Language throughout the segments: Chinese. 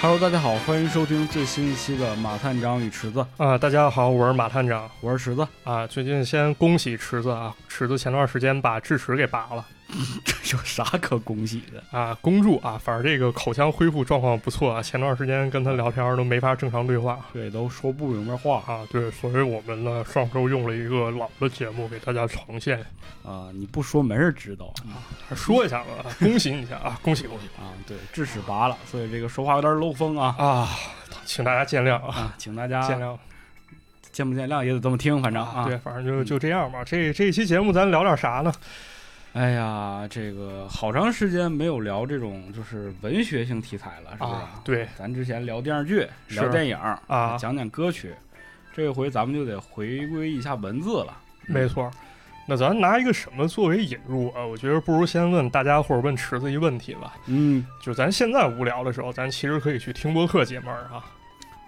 Hello，大家好，欢迎收听最新一期的《马探长与池子》，啊、大家好，我是马探长我是池子。啊。最近先恭喜池子啊，池子前段时间把智齿给拔了这 有啥可恭喜的？啊，恭祝啊，反正这个口腔恢复状况不错啊。前段时间跟他聊天都没法正常对话对，都说不明白话啊，对，所以我们呢上周用了一个老的节目给大家呈现，啊、你不说没人知道还说一下吧，啊恭喜你一下啊，恭喜恭喜啊。对，智齿拔了，所以这个说话有点漏风啊啊，请大家见谅啊，啊，请大家见谅。见不见谅也得这么听，反正啊。对，，反正就就这样吧。这这一期节目咱聊点啥呢？哎呀，这个好长时间没有聊这种就是文学性题材了，是不是？啊，对咱之前聊电视剧、是聊电影啊讲讲歌曲，这回咱们就得回归一下文字了。没错儿。那咱拿一个什么作为引入啊？我觉得不如先问大家或者问池子一问题吧。嗯就咱现在无聊的时候，咱其实可以去听播客解闷儿啊。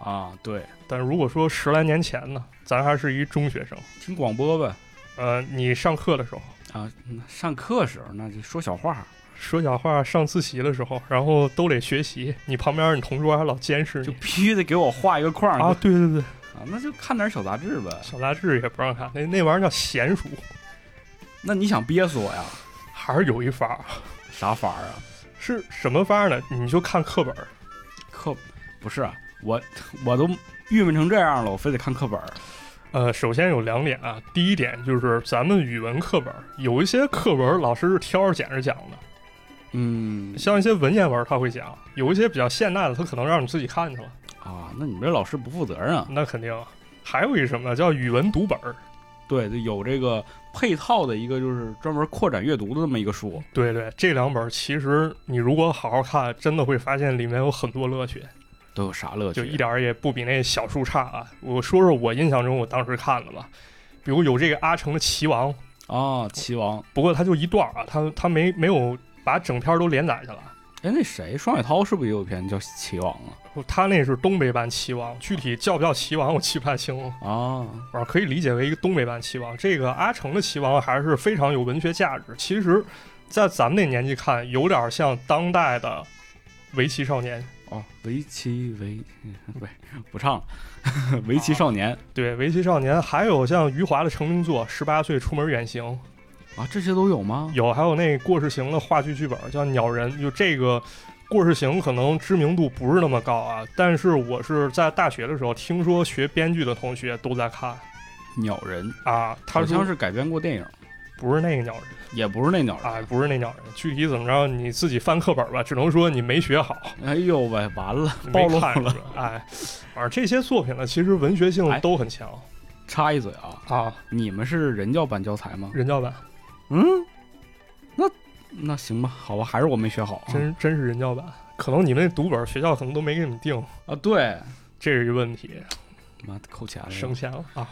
啊，对，但如果说十来年前呢，咱还是一中学生，听广播呗。呃，你上课的时候啊，那上课时候那就说小话，说小话，上自习的时候，然后都得学习，你旁边你同桌还老监视就你必须得给我画一个框儿啊。对对对，啊，那就看点小杂志呗。小杂志也不让看，那那玩意儿叫娴熟，那你想憋死我呀？还是有一法儿，啥法儿啊？是什么法儿呢？你就看课本儿。课不是啊我，我都郁闷成这样了，我非得看课本儿呃，首先有两点啊，第一点就是咱们语文课本儿有一些课文儿老师是挑着拣着讲的，嗯像一些文言文儿他会讲，有一些比较现代的他可能让你自己看去了，啊，那你们这老师不负责任啊？那肯定啊。还有一什么叫语文读本儿？对，就有这个配套的一个，就是专门扩展阅读的这么一个书对对，这两本儿其实你如果好好看，真的会发现里面有很多乐趣，都有啥乐趣？啊就一点儿也不比那小树差啊。我说说我印象中我当时看的吧，比如有这个阿城的《棋王》，啊，棋王。不过它就一段儿啊，它它没没有把整篇儿都连载下来。哎，那谁，双雪涛是不是也有篇叫《棋王》不他那是东北版棋王，具体叫不叫棋王我记不太清了，啊？啊，反正可以理解为一个东北版棋王。这个阿城的棋王还是非常有文学价值。其实，在咱们那年纪看，有点像当代的围棋少年。哦，围棋围， 不是不唱了， 围棋少年对，围棋少年，还有像余华的成名作《十八岁出门远行》，啊，这些都有吗？有还有那《过世行》的话剧剧本叫《鸟人》，就这个。过世行可能知名度不是那么高啊，但是我是在大学的时候听说学编剧的同学都在看鸟人，啊，好他说像是改编过电影，不是那个鸟人也不是那鸟人。啊，不是那鸟人。具体怎么着，你自己翻课本吧，只能说你没学好，哎呦喂，完了，你暴没露看了。着。哎，反正这些作品呢，其实文学性哎都很强、插一嘴啊，啊。你们是人教版教材吗？人教版嗯，那那行吧，好吧，还是我没学好啊。真、真是人教版，可能你们那读本学校可能都没给你们定，啊，对，这是一个问题，妈扣钱了省钱了啊。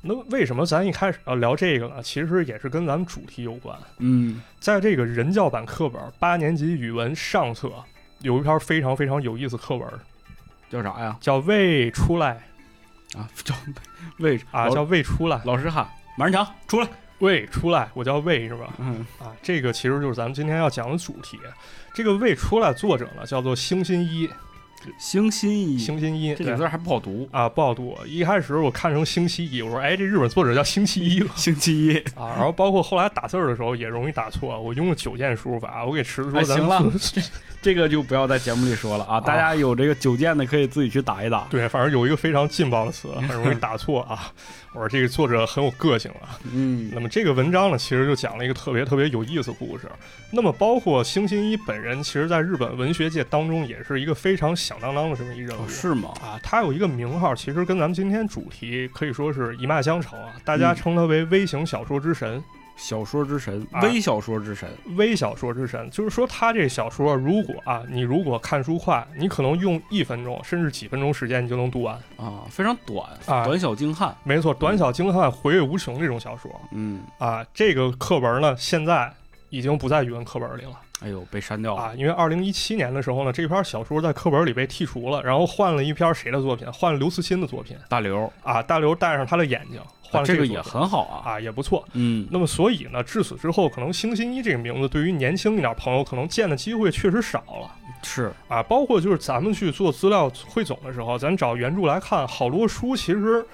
那为什么咱一开始要聊这个呢？其实也是跟咱们主题有关。嗯在这个人教版课本八年级语文上册有一篇非常非常有意思课文，叫啥呀？叫《未出来》啊， 叫为啊，老叫《未出来》。老师喊马仁强出来。魏出来，我叫魏是吧？嗯，啊，这个其实就是咱们今天要讲的主题。这个魏出来作者呢叫做星新一，星新一，星新一嗯这几个对字儿还不好读。啊不好读。一开始我看成星期一，我说哎，这日本作者叫星期 一了星期一，啊。然后包括后来打字儿的时候也容易打错，我用了九键输入法，我给池子说哎咱行们、 了这个就不要在节目里说了啊！大家有这个九剑的可以自己去打一打。对，反正有一个非常劲爆的词，很容易打错啊。我说这个作者很有个性啊。嗯那么这个文章呢，其实就讲了一个特别特别有意思的故事。那么包括星新一本人，其实在日本文学界当中也是一个非常响当当的这么一人物。哦，是吗？啊，他有一个名号，其实跟咱们今天主题可以说是一脉相承啊。大嗯家称他为微型小说之神、小说之神，啊微小说之神，微小说之神，就是说他这小说，如果啊，你如果看书快，你可能用一分钟甚至几分钟时间你就能读完。啊，非常短，啊短小精悍。没错，短小精悍、回味无穷这种小说嗯啊，这个课文呢，现在已经不在语文课本里了。哎呦，被删掉了。啊，因为二零一七年的时候呢，这篇小说在课本里被剔除了，然后换了一篇谁的作品？换了刘慈欣的作品大刘，啊，大刘戴上他的眼睛，换啊了这个个也作品很好啊。啊，也不错。嗯，那么所以呢，至此之后，可能星星一这个名字对于年轻一点朋友可能见的机会确实少了。是啊，包括就是咱们去做资料汇总的时候，咱找原著来看，好多书其实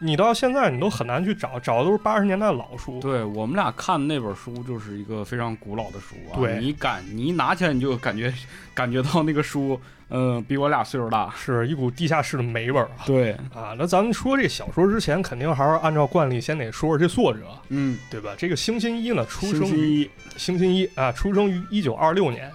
你到现在你都很难去找，找的都是八十年代的老书。对我们俩看那本书，就是一个非常古老的书啊。对你感你一拿起来，你就感觉感觉到那个书，嗯、比我俩岁数大。是一股地下室的霉味儿啊！对，啊，那咱们说这小说之前，肯定还是按照惯例先得说说这作者，嗯，对吧？这个星新一呢，出星生期于一星新一啊，出生于一九二六年，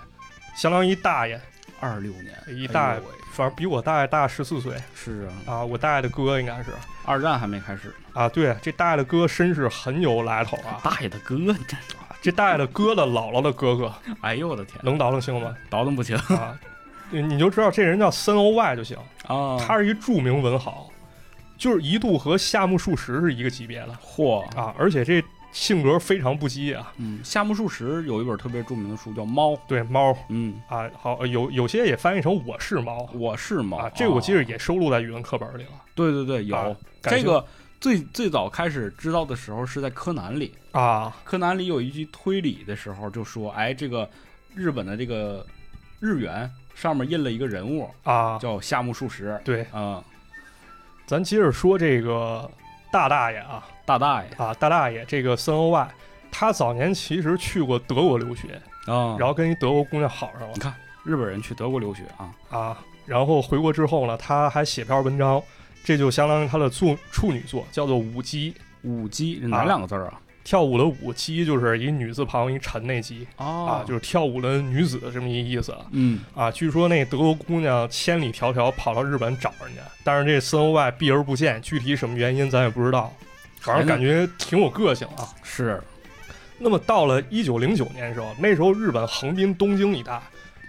相当于大爷，二六年一大哎呦喂反正比我大爷大十四岁是啊，啊，我大爷的哥应该是二战还没开始呢。啊，对，这大爷的哥真是很有来头啊，大爷的哥，你 这这大爷的哥的姥姥的哥哥，哎呦我的天，能倒腾清吗？倒腾不清啊，你你就知道这人叫森欧外就行，啊！他是一著名文豪，就是一度和夏目漱石是一个级别的嚯，啊，而且这性格非常不羁啊。嗯，夏目漱石有一本特别著名的书叫《猫》，对猫嗯，啊，好呃有有些也翻译成我是猫我是哦猫啊，这个我记得。得也收录在语文课本里了。对对对，有、啊感这兴个最最早开始知道的时候是在柯南里，啊，柯南里有一句推理的时候就说，哎，这个日本的这个日元上面印了一个人物啊，叫夏目漱石，对，嗯，咱接着说这个大大爷啊大大爷啊，大大爷这个森欧外，他早年其实去过德国留学，啊，然后跟一德国姑娘好上了你看日本人去德国留学啊，啊，然后回国之后呢，他还写篇文章，这就相当于他的处处女作，叫做《舞姬》，舞姬哪啊两个字儿啊？跳舞的舞，姬就是一女字旁一臣那姬啊，哦就是跳舞的女子这么一意思嗯，啊。据说那德国姑娘千里迢迢跑到日本找人家，但是这森欧外避而不见，具体什么原因咱也不知道，反正感觉挺有个性啊。是那么到了一九零九年的时候，那时候日本横滨、东京一带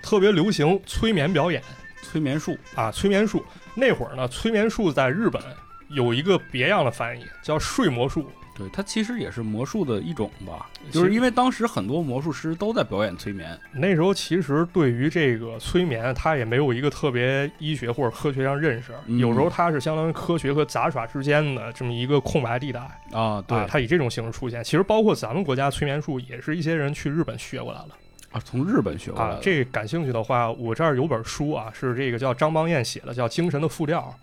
特别流行催眠表演。催眠术啊，催眠术。那会儿呢，催眠术在日本有一个别样的翻译，叫睡魔术。对，它其实也是魔术的一种吧，其就是实因为当时很多魔术师都在表演催眠，那时候其实对于这个催眠，它也没有一个特别医学或者科学上认识，嗯有时候它是相当于科学和杂耍之间的这么一个空白地带啊，对啊，它以这种形式出现。其实包括咱们国家催眠术，也是一些人去日本学过来了啊，从日本学过来啊的。。这感兴趣的话，我这儿有本书啊，是这个叫张邦彦写的，叫《精神的复调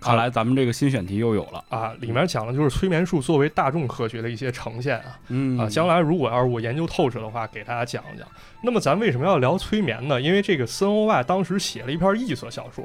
看来咱们这个新选题又有了。》啊，里面讲的就是催眠术作为大众科学的一些呈现啊。嗯啊，将来如果要是我研究透彻的话，给大家讲一讲。那么咱为什么要聊催眠呢？因为这个森欧外当时写了一篇异色小说，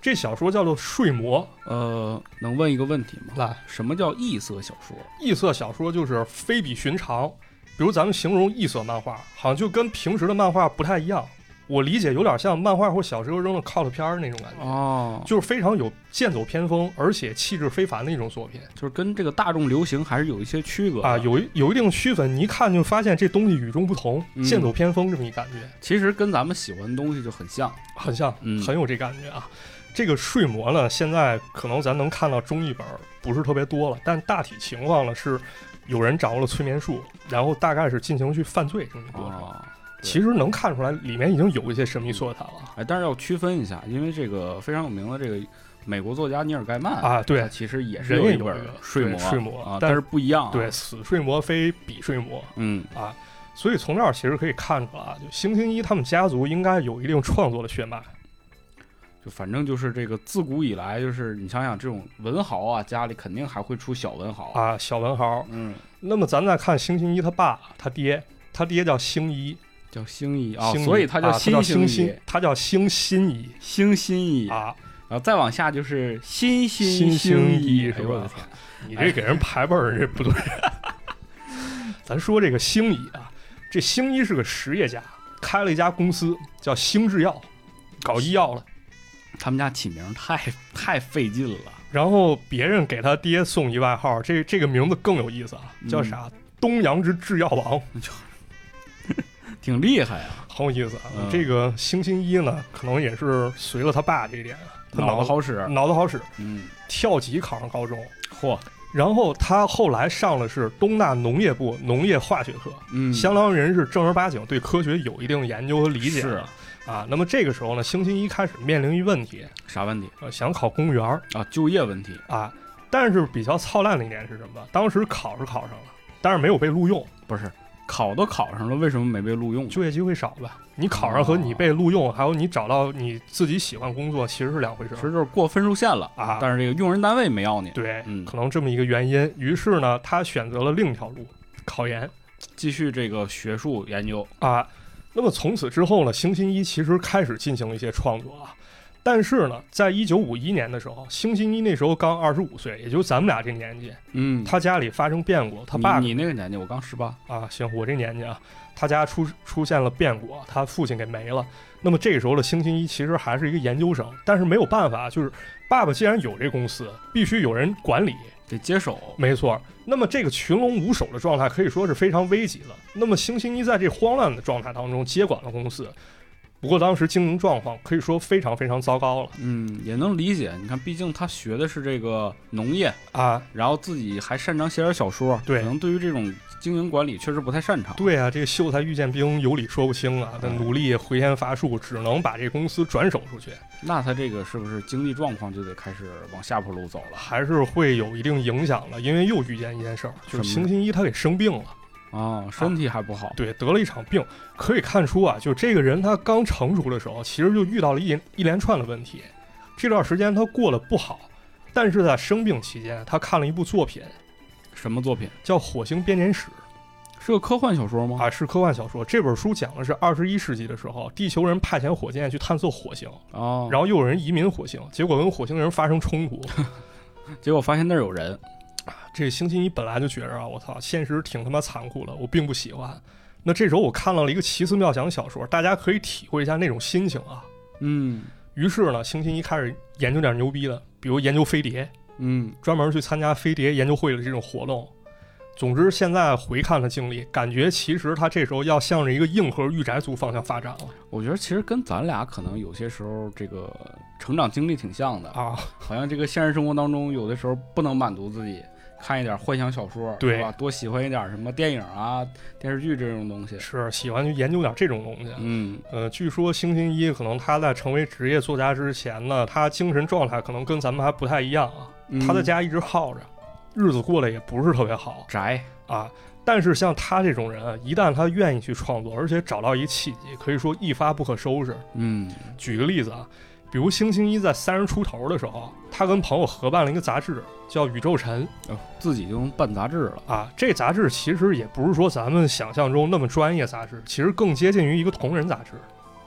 这小说叫做《睡魔呃，能问一个问题吗》。？来，什么叫异色小说？异色小说就是非比寻常，比如咱们形容异色漫画，好像就跟平时的漫画不太一样。我理解有点像漫画或小说中的 cult 片儿那种感觉，哦，就是非常有剑走偏锋，而且气质非凡的一种作品就是跟这个大众流行还是有一些区隔的啊，。有一有一定区分。你一看就发现这东西与众不同，嗯剑走偏锋这么一感觉。其实跟咱们喜欢的东西就很像。很像，嗯很有这感觉啊。这个睡魔呢，现在可能咱能看到中译本儿不是特别多了，但大体情况呢是，有人掌握了催眠术，然后大概是进行去犯罪这么一个过程。哦，对其实能看出来，里面已经有一些神秘色彩了、哎，但是要区分一下，因为这个非常有名的这个美国作家尼尔盖曼，啊。对他其实也是人有也一有本一个睡魔对睡魔啊，但但是不一样。对，，死睡魔非彼睡魔，嗯，所以从这儿其实可以看出来啊，就星星一他们家族应该有一定创作的血脉。就反正就是这个自古以来，就是你想想这种文豪啊，家里肯定还会出小文豪。啊，小文豪。嗯，那么咱再看星星一他爸他爹，他爹叫星一，叫星一啊，星所以一他啊叫星星星一，，他叫星星一星星一啊！然后再往下就是新新星星一哎是呦我的吧天，你这给人排辈儿，这不 对。咱说这个星一啊，这星一是个实业家，开了一家公司叫星制药，搞医药了。他们家起名太太费劲了，然后别人给他爹送一外号，这这个名字更有意思啊，嗯叫啥？东洋之制药王，挺厉害啊，很有意思啊。嗯这个星星一呢，可能也是随了他爸这一点啊，他脑脑子子好使。脑子好使，嗯，跳级考上高中，嚯，然后他后来上的是东大农业部农业化学课，嗯，相当于人是正儿八经对科学有一定研究和理解是的啊。那么这个时候呢，星期一开始面临一问题，啥问题呃，想考公务员儿啊？就业问题啊，但是比较操烂的一点是什么？当时考是考上了，但是没有被录用，不是考都考上了，为什么没被录用？就业机会少吧？你考上和你被录用，还有你找到你自己喜欢工作，其实是两回事其儿实就是过分数线了，啊。但是这个用人单位没要你，对，嗯可能这么一个原因。于是呢，他选择了另一条路，考研继续这个学术研究。啊。那么从此之后呢，星期一其实开始进行了一些创作啊。但是呢，在一九五一年的时候，星期一那时候刚二十五岁，也就咱们俩这年纪，嗯，他家里发生变故，他爸你你那个年纪，我刚十八，啊，行，我这年纪啊，他家出出现了变故，他父亲给没了。那么这个时候的星期一其实还是一个研究生，但是没有办法，就是爸爸既然有这公司，必须有人管理。得接手。没错，那么这个群龙无首的状态可以说是非常危急了。那么星期一在这慌乱的状态当中接管了公司，不过当时经营状况可以说非常非常糟糕了嗯，也能理解。你看，毕竟他学的是这个农业，啊。然后自己还擅长写点小说，对可能对于这种经营管理确实不太擅长。对啊，这个秀才遇见兵，有理说不清啊。他努力回天乏术，只能把这公司转手出去。那他这个是不是经济状况就得开始往下坡路走了还是会有一定影响的，因为又遇见一件事儿，就是什么星期一他给生病了，啊？身体还不好，对，得了一场病。可以看出啊，就这个人他刚成熟的时候，其实就遇到了一一连串的问题。这段时间他过得不好，但是在生病期间，他看了一部作品什么作品？叫《火星编年史是个科幻小说》吗？啊，是科幻小说。这本书讲的是二十一世纪的时候，地球人派遣火箭去探测火星，哦，啊然后又有人移民火星，结果跟火星人发生冲突。 结果发现那儿有人，这星期一本来就觉着啊，我操，现实挺他妈残酷的，我并不喜欢。那这时候我看到了一个奇思妙想小说，大家可以体会一下那种心情啊。嗯于是呢，星期一开始研究点牛逼的，比如研究飞碟，嗯，专门去参加飞碟研究会的这种活动。总之，现在回看他经历，感觉其实他这时候要向着一个硬核御宅族方向发展了我觉得其实跟咱俩可能有些时候这个成长经历挺像的，啊。好像这个现实生活当中有的时候不能满足自己。看一点幻想小说，对是吧？多喜欢一点什么电影啊、电视剧这种东西。是喜欢去研究点这种东西。嗯，呃，据说星期一可能他在成为职业作家之前呢，他精神状态可能跟咱们还不太一样啊。他在的家一直耗着，日子过得也不是特别好宅，啊。但是像他这种人啊，一旦他愿意去创作，而且找到一契机，可以说一发不可收拾。嗯举个例子啊，比如星期一在三十出头的时候，他跟朋友合办了一个杂志，叫《宇宙尘哦自己就能办杂志了。》啊。这杂志其实也不是说咱们想象中那么专业杂志，其实更接近于一个同人杂志，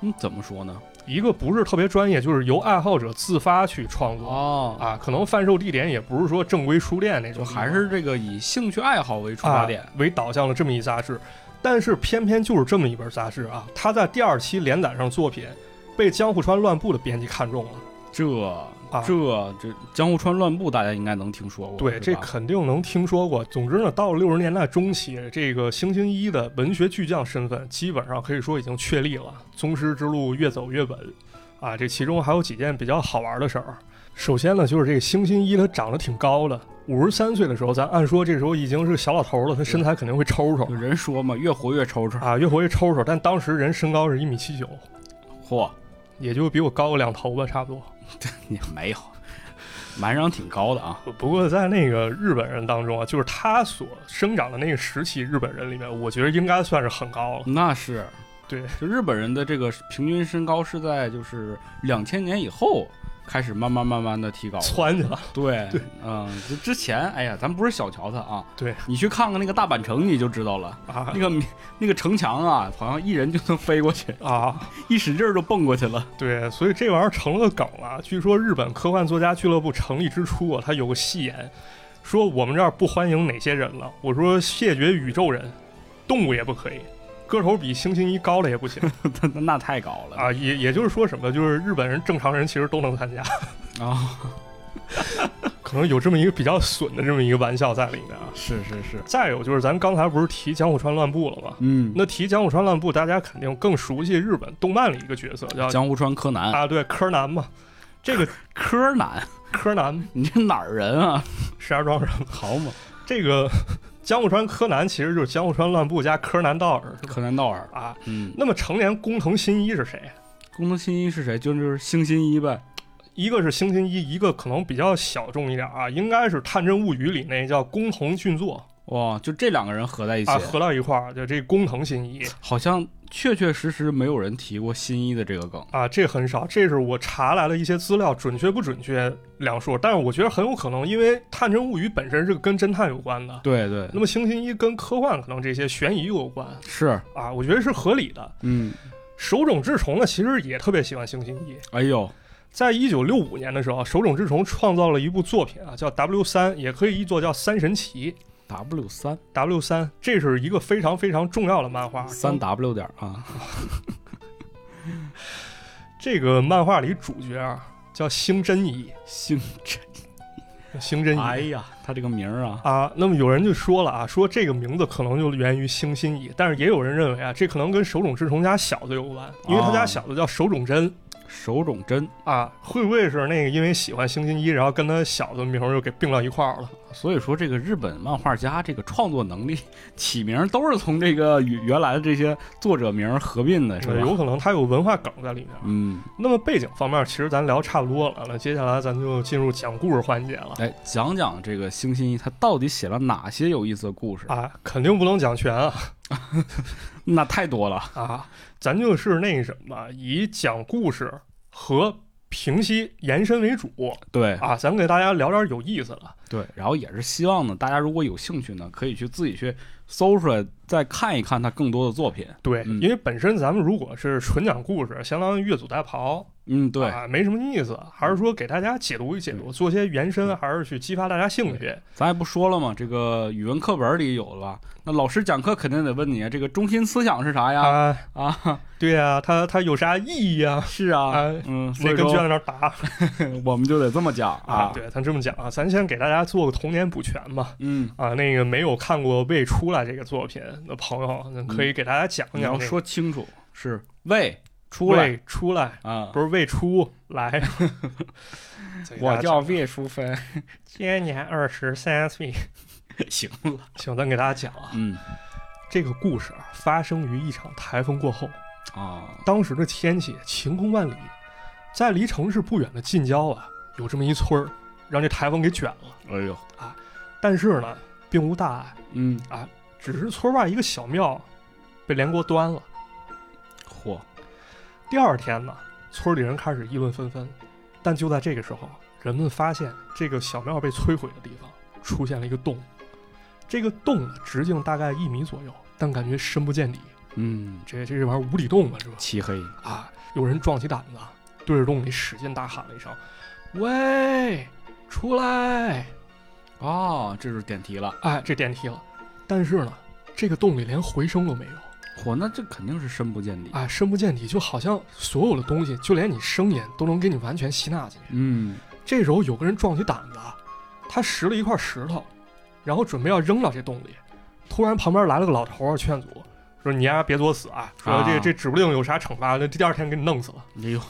嗯，怎么说呢？一个不是特别专业，就是由爱好者自发去创作。哦，啊，可能贩售地点也不是说正规书店那种就地方，还是这个以兴趣爱好为出发点啊。、为导向的这么一杂志，但是偏偏就是这么一本杂志啊，它在第二期连载上作品被江户川乱步的编辑看中了。哦这啊这这江户川乱步，大家应该能听说过。对，是这吧肯定能听说过。总之呢，到了六十年代中期，这个星星一的文学巨匠身份基本上可以说已经确立了，宗师之路越走越稳。啊，这其中还有几件比较好玩的事儿。首先呢，就是这个星星一他长得挺高的，五十三岁的时候，咱按说这时候已经是个小老头了，他身材肯定会抽抽有人说嘛，越活越抽抽。 啊，越活越抽抽。但当时人身高是一米七九，嚯，也就比我高个两头吧，差不多。你没有，蛮长挺高的啊。不过在那个日本人当中啊，就是他所生长的那个时期日本人里面，我觉得应该算是很高了。那 是对，就日本人的这个平均身高是在就是两千年以后开始慢慢慢慢的提高的。窜去了，对，嗯，就之前，哎呀，咱不是小瞧他啊，对你去看看那个大阪城，你就知 道了。啊那个那个城墙啊，好像一人就能飞过去，啊！一使劲儿就蹦过去了。对，所以这玩意儿成了个梗了。据说日本科幻作家俱乐部成立之初啊，他有个戏言，说我们这儿不欢迎哪些人了。我说谢绝宇宙人，动物也不可以，个头比星星一高的也不行 那那那太高了啊。也也就是说什么，就是日本人正常人其实都能参加，啊！可能有这么一个比较损的这么一个玩笑在里面啊。是是是，再有就是咱刚才不是提江户川乱步了吗？嗯，那提江户川乱步，大家肯定更熟悉日本动漫里一个角色叫啊江户川柯南，啊，对，柯南嘛。这个柯南柯南你这哪儿人啊？石家庄人， 好嘛， 这个江户川柯南其实就是江户川乱步加柯南道尔是吧柯南道尔，啊。嗯，那么成年工藤新一是谁？工藤新一是谁？就是星新一呗。一个是星新一，一个可能比较小众一点啊，应该是《探侦物语》里那叫工藤俊作哇，就这两个人合在一起，啊，合到一块儿就这工藤新一好像确确实实没有人提过新一的这个梗。啊，这很少，这是我查来的一些资料，准确不准确两说，但是我觉得很有可能，因为《探侦物语》本身是跟侦探有关的，对对那，么星星一跟科幻可能这些悬疑有关是，啊，我觉得是合理的。嗯，手冢治虫呢，其实也特别喜欢星星一。哎呦，在一九六五年的时候，手冢治虫创造了一部作品啊，叫 W 三，也可以译作叫《三神奇》。 W 三 W 三，这是一个非常非常重要的漫画。三 W 点儿啊，这个漫画里主角啊叫星真一，星星真一、哎呀，他这个名儿啊，啊。那么有人就说了啊，说这个名字可能就源于星新一，但是也有人认为啊，这可能跟手冢治虫家小子有关，因为他家啊小子叫手冢真。手冢真，啊，会不会是那个因为喜欢星星一，然后跟他小子名儿又给并到一块儿了？所以说这个日本漫画家这个创作能力、起名儿都是从这个与原来的这些作者名儿合并的，是吧？有可能他有文化梗在里面。嗯，那么背景方面，其实咱聊差不多了，那接下来咱就进入讲故事环节了。哎，讲讲这个星新一他到底写了哪些有意思的故事？啊，肯定不能讲全啊那太多了。啊！咱就是那什么，以讲故事和平息延伸为主对啊，咱给大家聊点有意思的。对，然后也是希望呢，大家如果有兴趣呢，可以去自己去搜出来，再看一看他更多的作品。对，嗯因为本身咱们如果是纯讲故事，相当于越俎代庖，嗯，对，嗯啊，没什么意思，还是说给大家解读一解读，做些延伸，还是去激发大家兴趣咱也不说了嘛，这个语文课本里有了吧？那老师讲课肯定得问你，啊这个中心思想是啥呀？啊？啊，对呀、它它有啥意义呀、是啊，啊嗯，所那以跟卷说啊子那儿答我们就得这么讲啊，对，咱这么讲啊，咱先给大家做个童年补全吧。嗯，啊，那个没有看过《未出来》这个作品的朋友，那可以给大家讲嗯你讲、要说清楚是未出出来出来，啊，不是未出来。 我叫魏淑芬，今年二十三岁。行了，行，咱给大家讲啊， 嗯这个故事啊发生于一场台风过后。啊，当时的天气晴空万里，在离城市不远的近郊啊，有这么一村儿，让这台风给卷了。哎呦，但是呢，并无大碍，嗯，只是村外一个小庙被连锅端了。嚯，第二天呢，村里人开始议论纷纷。但就在这个时候，人们发现这个小庙被摧毁的地方出现了一个洞，这个洞呢直径大概一米左右，但感觉深不见底。嗯，这这玩意儿无底洞嘛，是吧？漆黑，啊，有人壮起胆子，啊对着洞里使劲大喊了一声：“喂，出来哦，这就是点题了，！”哎，这电梯了。但是呢，这个洞里连回声都没有，嚯，那这肯定是深不见底，哎，深不见底，就好像所有的东西，就连你声音都能给你完全吸纳进去。嗯，这时候有个人壮起胆子，啊他拾了一块石头，然后准备要扔到这洞里，突然旁边来了个老头儿劝阻。说你呀，别作死啊！说这啊这指不定有啥惩罚，那第二天给你弄死了。哎呦，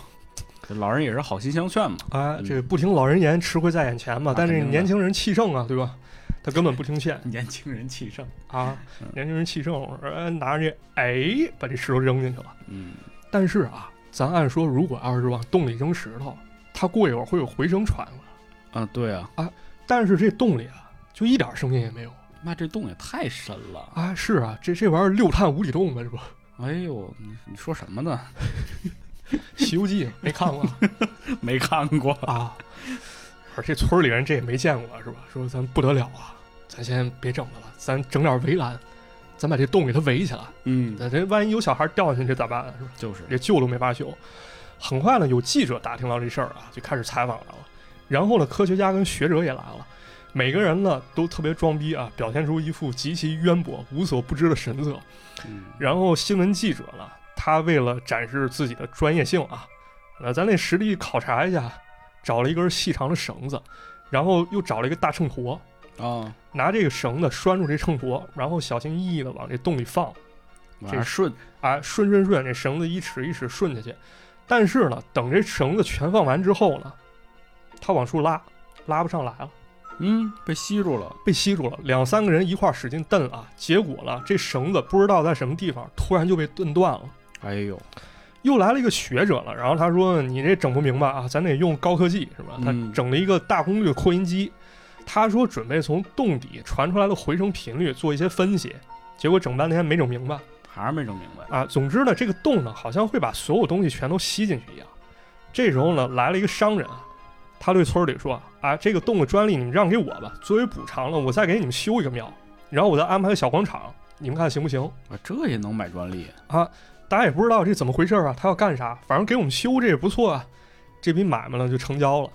这老人也是好心相劝嘛，啊，嗯这不听老人言，吃亏在眼前嘛。那但是肯定的年轻人气盛啊，对吧？他根本不听劝年轻人气盛，啊嗯，年轻人气盛，呃拿着这哎把这石头扔进去了。嗯，但是啊，咱按说，如果要是往洞里扔石头，它过一会儿会有回声传过来。啊，对啊，但是这洞里啊，就一点声音也没有那这洞也太深了，啊。是啊，这这玩意儿六探无底洞嘛，这不《 哎呦，你你说什么呢？ 西游记》没看过没看过，啊？而这村里人这也没见过是吧？说咱不得了啊，咱先别整它了，咱整点围栏，咱把这洞给它围起来。嗯，那这万一有小孩掉下去，这咋办啊？是吧？就是，这救都没法救。很快呢，有记者打听到这事儿啊，就开始采访来了。然后呢，科学家跟学者也来了，每个人呢都特别装逼啊，表现出一副极其渊博、无所不知的神色。嗯然后新闻记者呢，他为了展示自己的专业性啊，呃，咱得实地考察一下，找了一根细长的绳子，然后又找了一个大秤砣，啊，拿这个绳子拴住这秤砣，然后小心翼翼地往这洞里放。往这顺，啊，顺顺顺，这绳子一尺一尺顺下去。但是呢，等这绳子全放完之后呢，他往出拉，拉不上来了，嗯，被吸住了，被吸住了。两三个人一块儿使劲蹬啊，结果了，这绳子不知道在什么地方突然就被蹬断了。哎呦，又来了一个学者了，然后他说：“你这整不明白啊，咱得用高科技，是吧？”他嗯整了一个大功率扩音机，他说准备从洞底传出来的回声频率做一些分析，结果整半天没整明白还是没整明白，啊。总之呢，这个洞呢好像会把所有东西全都吸进去一样。这时候呢，来了一个商人啊，他对村里说：“啊，这个洞的专利你们让给我吧，作为补偿了，我再给你们修一个庙，然后我再安排个小广场，你们看行不行？”啊这也能买专利？大家也不知道这怎么回事儿啊，他要干啥？反正给我们修这也不错啊，这笔买卖呢就成交了。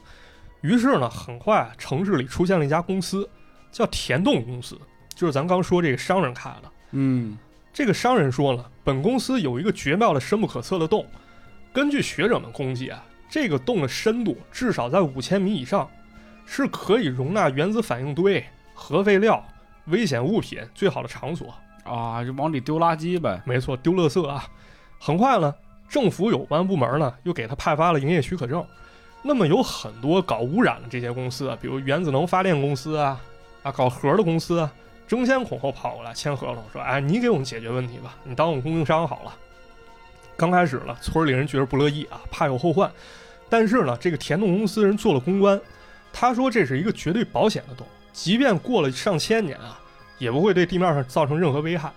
于是呢，很快啊城市里出现了一家公司，叫田洞公司，就是咱刚说这个商人开的。啊嗯，这个商人说了，本公司有一个绝妙的深不可测的洞，根据学者们估计啊，这个洞的深度至少在五千米以上，是可以容纳原子反应堆、核废料、危险物品最好的场所。啊，就往里丢垃圾呗，没错，丢垃圾啊。很快呢，政府有关部门呢又给他派发了营业许可证。那么有很多搞污染的这些公司啊，比如原子能发电公司啊，啊搞核的公司啊，争先恐后跑过来签合同，说：“哎，你给我们解决问题吧，你当我们供应商好了。”刚开始呢，村里人觉得不乐意啊，怕有后患。但是呢，这个田洞公司人做了公关，他说这是一个绝对保险的洞，即便过了上千年啊，也不会对地面上造成任何危害。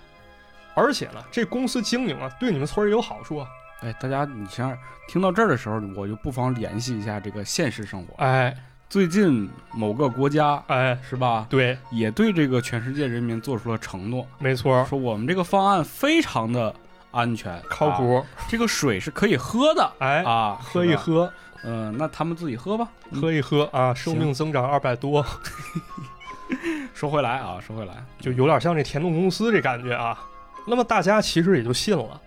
而且呢，这公司经营啊，对你们村儿也有好处啊。哎，大家，你想想，听到这儿的时候，我就不妨联系一下这个现实生活。哎最近某个国家哎，是吧，对，也对这个全世界人民做出了承诺，没错儿，说我们这个方案非常的安全、靠啊谱。这个水是可以喝的哎，啊，喝一是吧。喝，嗯、那他们自己喝吧。喝一喝啊，生命增长二百多，说回来啊，说回来，就有点像这田洞公司这感觉啊。那么大家其实也就信了。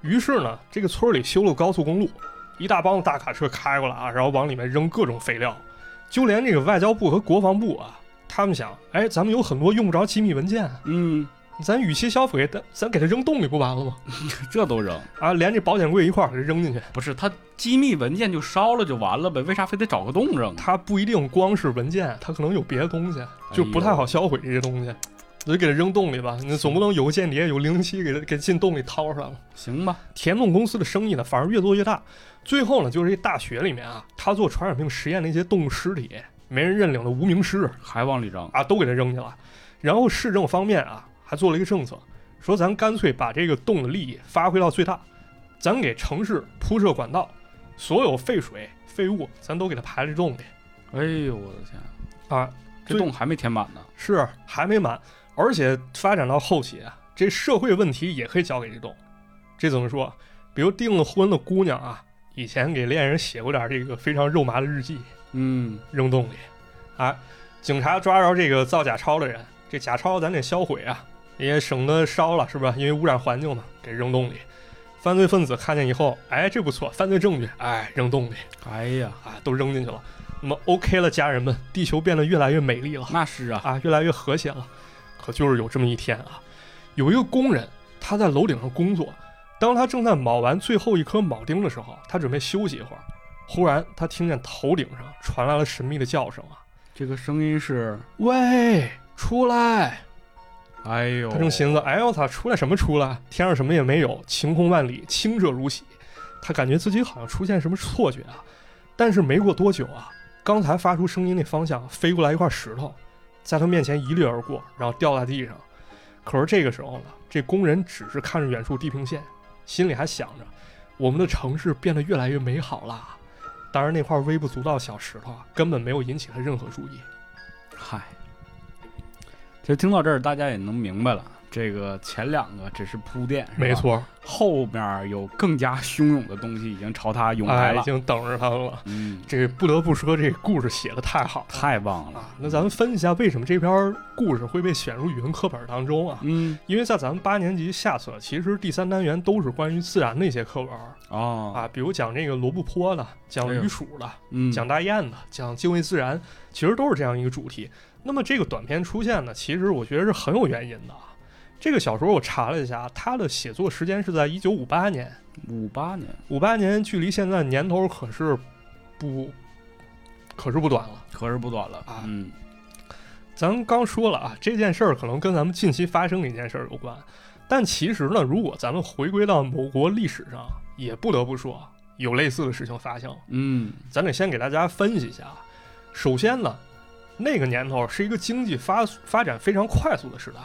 于是呢，这个村儿里修了高速公路，一大帮子大卡车开过来啊，然后往里面扔各种废料，就连这个外交部和国防部啊，他们想，哎，咱们有很多用不着机密文件啊，嗯，咱与其消费，咱咱给它扔洞里不完了吗？ 这都扔，啊，连这保险柜一块儿给它扔进去。不是他机密文件就烧了就完了呗，为啥非得找个洞扔啊？它不一定光是文件，它可能有别的东西，就不太好销毁这些东西。你就给它扔洞里吧，你总不能有个间谍有零零七给它给进洞里掏出来了。行吧，田洞公司的生意呢，反而越做越大，最后呢，就是这大学里面啊，他做传染病实验那些动物尸体，没人认领的无名尸还往里扔，啊，都给它扔去了。然后市政方面啊，还做了一个政策，说咱干脆把这个洞的利益发挥到最大，咱给城市铺设管道，所有废水废物咱都给它排这洞里哎呦我的天，啊。这对洞还没填满呢，是还没满，而且发展到后期啊，这社会问题也可以交给这种。这怎么说？比如订了婚的姑娘啊，以前给恋人写过点这个非常肉麻的日记，嗯，扔洞里。啊，警察抓着这个造假钞的人，这假钞咱得销毁啊，也省得烧了，是吧？因为污染环境嘛，给扔洞里。犯罪分子看见以后，哎，这不错，犯罪证据，哎，扔洞里哎呀，啊，都扔进去了。那么 OK 了，家人们，地球变得越来越美丽了。那是啊，啊，越来越和谐了。可就是有这么一天啊，有一个工人，他在楼顶上工作，当他正在铆完最后一颗铆钉的时候，他准备休息一会儿，忽然他听见头顶上传来了神秘的叫声啊，这个声音是，喂，出来！哎呦，他正寻思，哎呦我操，出来什么出来？天上什么也没有，晴空万里，清澈如洗。他感觉自己好像出现什么错觉啊，但是没过多久啊，刚才发出声音那方向飞过来一块石头，在他面前一掠而过，然后掉在地上。可是这个时候呢，这工人只是看着远处地平线，心里还想着，我们的城市变得越来越美好了。当然，那块微不足道小石头啊，根本没有引起他任何注意。嗨，其实听到这儿，大家也能明白了，这个前两个只是铺垫，是吧没，错，后面有更加汹涌的东西已经朝他涌来哎，了。已经等着他们了。嗯，这不得不说，这故事写的太好了太棒了。啊！那咱们分析一下为什么这篇故事会被选入语文课本当中啊？嗯因为在咱们八年级下册，其实第三单元都是关于自然的一些课文儿哦，啊，比如讲这个罗布泊的，讲哎呦鱼鼠的，嗯，讲大雁的，讲敬畏自然，其实都是这样一个主题。那么这个短片出现呢，其实我觉得是很有原因的啊。这个小说我查了一下，它的写作时间是在一九五八年，五八年，五八年距离现在年头可是不可是不短了。可是不短了啊嗯，咱刚说了啊，这件事儿可能跟咱们近期发生的一件事儿有关，但其实呢，如果咱们回归到某国历史上，也不得不说有类似的事情发生。嗯，咱得先给大家分析一下啊。首先呢，那个年头是一个经济发发展非常快速的时代，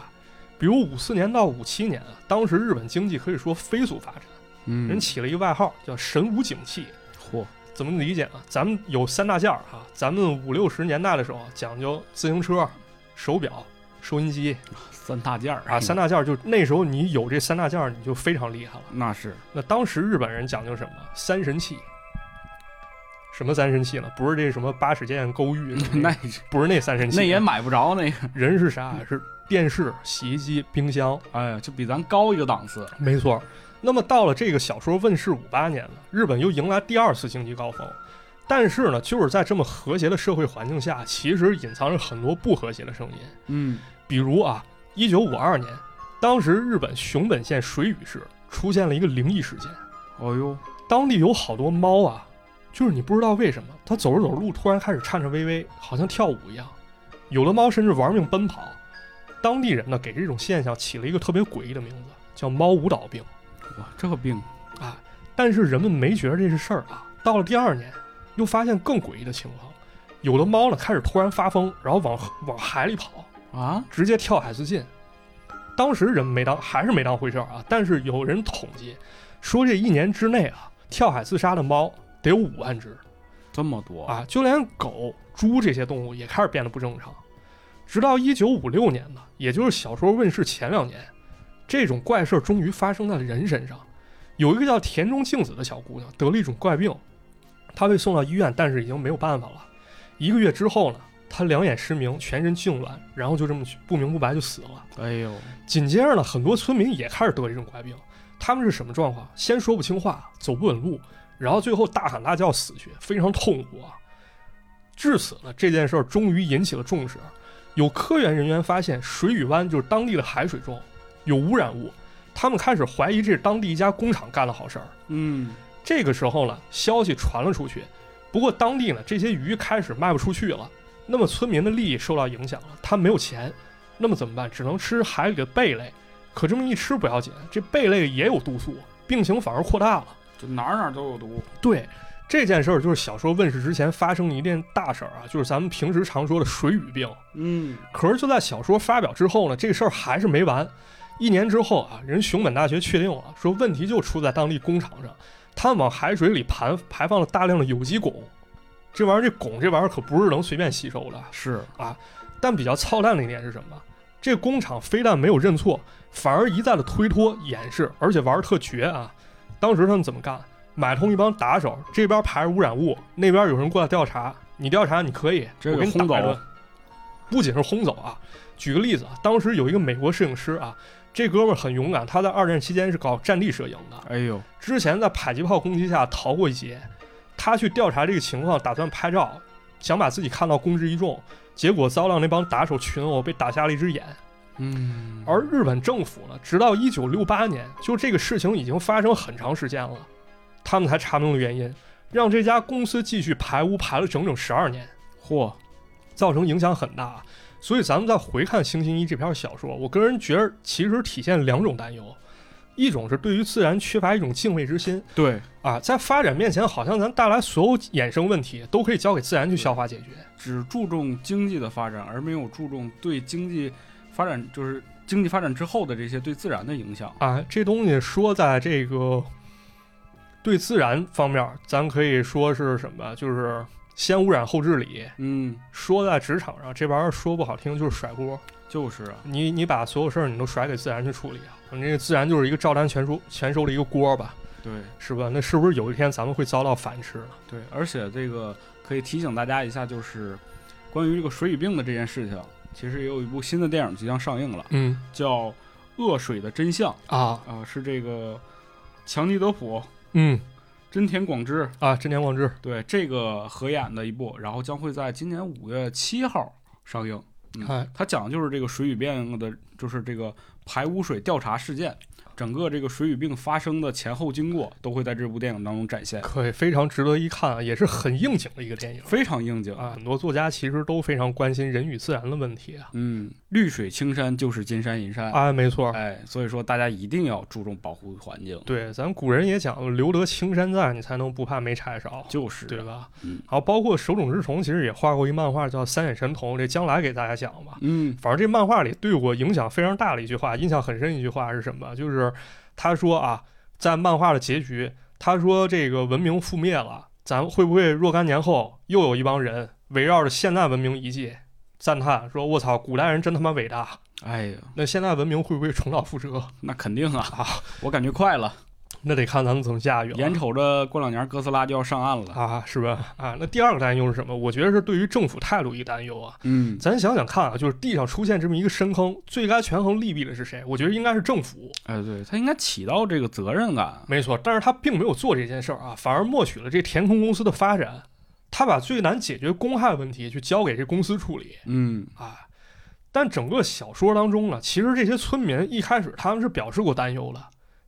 比如五四年到五七年啊，当时日本经济可以说飞速发展，嗯人起了一个外号叫“神武景气”。嚯，怎么理解呢？咱们有三大件儿哈、咱们五六十年代的时候讲究自行车、手表、收音机三大件儿啊，三大件儿就那时候你有这三大件儿，你就非常厉害了。 那是，那当时日本人讲究什么？三神器。什么三神器呢？不是这什么八尺剑、勾玉 那不是那三神器。啊那也买不着那个，人是啥？是电视、洗衣机、冰箱。哎呀，就比咱高一个档次。没错。那么到了这个小说问世五八年了，日本又迎来第二次经济高峰。但是呢，就是在这么和谐的社会环境下，其实隐藏着很多不和谐的声音。嗯，比如啊，一九五二年，当时日本熊本县水俣市出现了一个灵异事件。哦呦，当地有好多猫啊，就是你不知道为什么，它走着走着路突然开始颤颤巍巍，好像跳舞一样。有的猫甚至玩命奔跑。当地人呢，给这种现象起了一个特别诡异的名字，叫“猫舞蹈病哇，这个病，”啊。但是人们没觉得这是事儿啊。到了第二年，又发现更诡异的情况，有的猫呢开始突然发疯，然后往河往海里跑，啊，直接跳海自尽。当时人没当还是没当回事儿啊，但是有人统计说，这一年之内啊，跳海自杀的猫得有五万只这么多，啊，就连狗、猪这些动物也开始变得不正常。直到一九五六年呢，也就是小说问世前两年，这种怪事儿终于发生在了人身上。有一个叫田中静子的小姑娘得了一种怪病，她被送到医院，但是已经没有办法了。一个月之后呢，她两眼失明，全身痉挛，然后就这么不明不白就死了。哎呦，紧接着呢，很多村民也开始得这种怪病。他们是什么状况？先说不清话，走不稳路，然后最后大喊大叫死去，非常痛苦啊！至此呢，这件事儿终于引起了重视。有科研人员发现，水俣湾就是当地的海水中有污染物，他们开始怀疑这是当地一家工厂干了好事儿。嗯，这个时候呢，消息传了出去，不过当地呢，这些鱼开始卖不出去了，那么村民的利益受到影响了，他没有钱，那么怎么办？只能吃海里的贝类，可这么一吃不要紧，这贝类也有毒素，病情反而扩大了。就哪儿哪儿都有毒。对这件事儿，就是小说问世之前发生的一件大事儿啊，就是咱们平时常说的水俣病。嗯，可是就在小说发表之后呢，这个事儿还是没完。一年之后啊，人熊本大学确定了，说问题就出在当地工厂上，他们往海水里排排放了大量的有机汞。这玩意儿，这汞这玩意儿可不是能随便吸收的。是，但比较操蛋的一点是什么？这工厂非但没有认错，反而一再的推脱掩饰，而且玩儿特绝啊！当时他们怎么干？买通一帮打手，这边排着污染物，那边有人过来调查，你调查你可以，这个我给你打轰走啊一顿。不仅是轰走啊，举个例子啊，当时有一个美国摄影师啊，这哥们儿很勇敢，他在二战期间是搞战地摄影的，哎呦，之前在迫击炮攻击下逃过一劫，他去调查这个情况，打算拍照，想把自己看到公之于众，结果遭到那帮打手群殴，被打瞎了一只眼。嗯，而日本政府呢，直到一九六八年，就这个事情已经发生很长时间了，他们才查明了原因，让这家公司继续排污排了整整十二年，嚯，造成影响很大。所以咱们再回看《星星一》这篇小说，我个人觉得其实体现两种担忧，一种是对于自然缺乏一种敬畏之心，对，啊，在发展面前，好像咱带来所有衍生问题都可以交给自然去消化解决。只注重经济的发展，而没有注重对经济发展，就是经济发展之后的这些对自然的影响。啊，这东西说在这个对自然方面，咱可以说是什么？就是先污染后治理。嗯，说在职场上，这玩意儿说不好听就是甩锅，就是啊，你你把所有事儿你都甩给自然去处理啊，你这个自然就是一个照单全收全收的一个锅吧，对是吧？那是不是有一天咱们会遭到反噬呢？对，而且这个可以提醒大家一下，就是关于这个水与病的这件事情，其实也有一部新的电影即将上映了，嗯叫《恶水的真相》啊，啊、是这个强尼德普、嗯真田广之啊，真田光之对这个合演的一部，然后将会在今年五月七号上映。嗯哎它讲的就是这个水与变的，就是这个排污水调查事件，整个这个水俣病发生的前后经过都会在这部电影当中展现，可以非常值得一看啊，也是很应景的一个电影非常应景啊。很多作家其实都非常关心人与自然的问题啊。嗯，绿水青山就是金山银山，啊，没错，哎，所以说大家一定要注重保护环境，对，咱古人也讲“留得青山在，你才能不怕没柴烧”，就是对吧？嗯然后包括手冢治虫其实也画过一漫画叫《三眼神童》，这将来给大家讲吧。嗯反正这漫画里对我影响非常大的一句话，印象很深一句话是什么？就是他说啊，在漫画的结局，他说这个文明覆灭了，咱会不会若干年后又有一帮人围绕着现代文明遗迹赞叹说：“我操，古代人真他妈伟大！”哎呀，那现代文明会不会重蹈覆辙？ 那肯定啊，啊我感觉快了，那得看咱们怎么驾驭了眼。瞅着过两年哥斯拉就要上岸了，啊，是吧？啊，那第二个担忧是什么？我觉得是对于政府态度一担忧啊。嗯，咱想想看啊，就是地上出现这么一个深坑，最该权衡利弊的是谁？我觉得应该是政府，哎，对他应该起到这个责任感，啊没错。但是他并没有做这件事儿啊，反而默许了这填空公司的发展，他把最难解决公害问题去交给这公司处理嗯啊。但整个小说当中呢，其实这些村民一开始他们是表示过担忧的，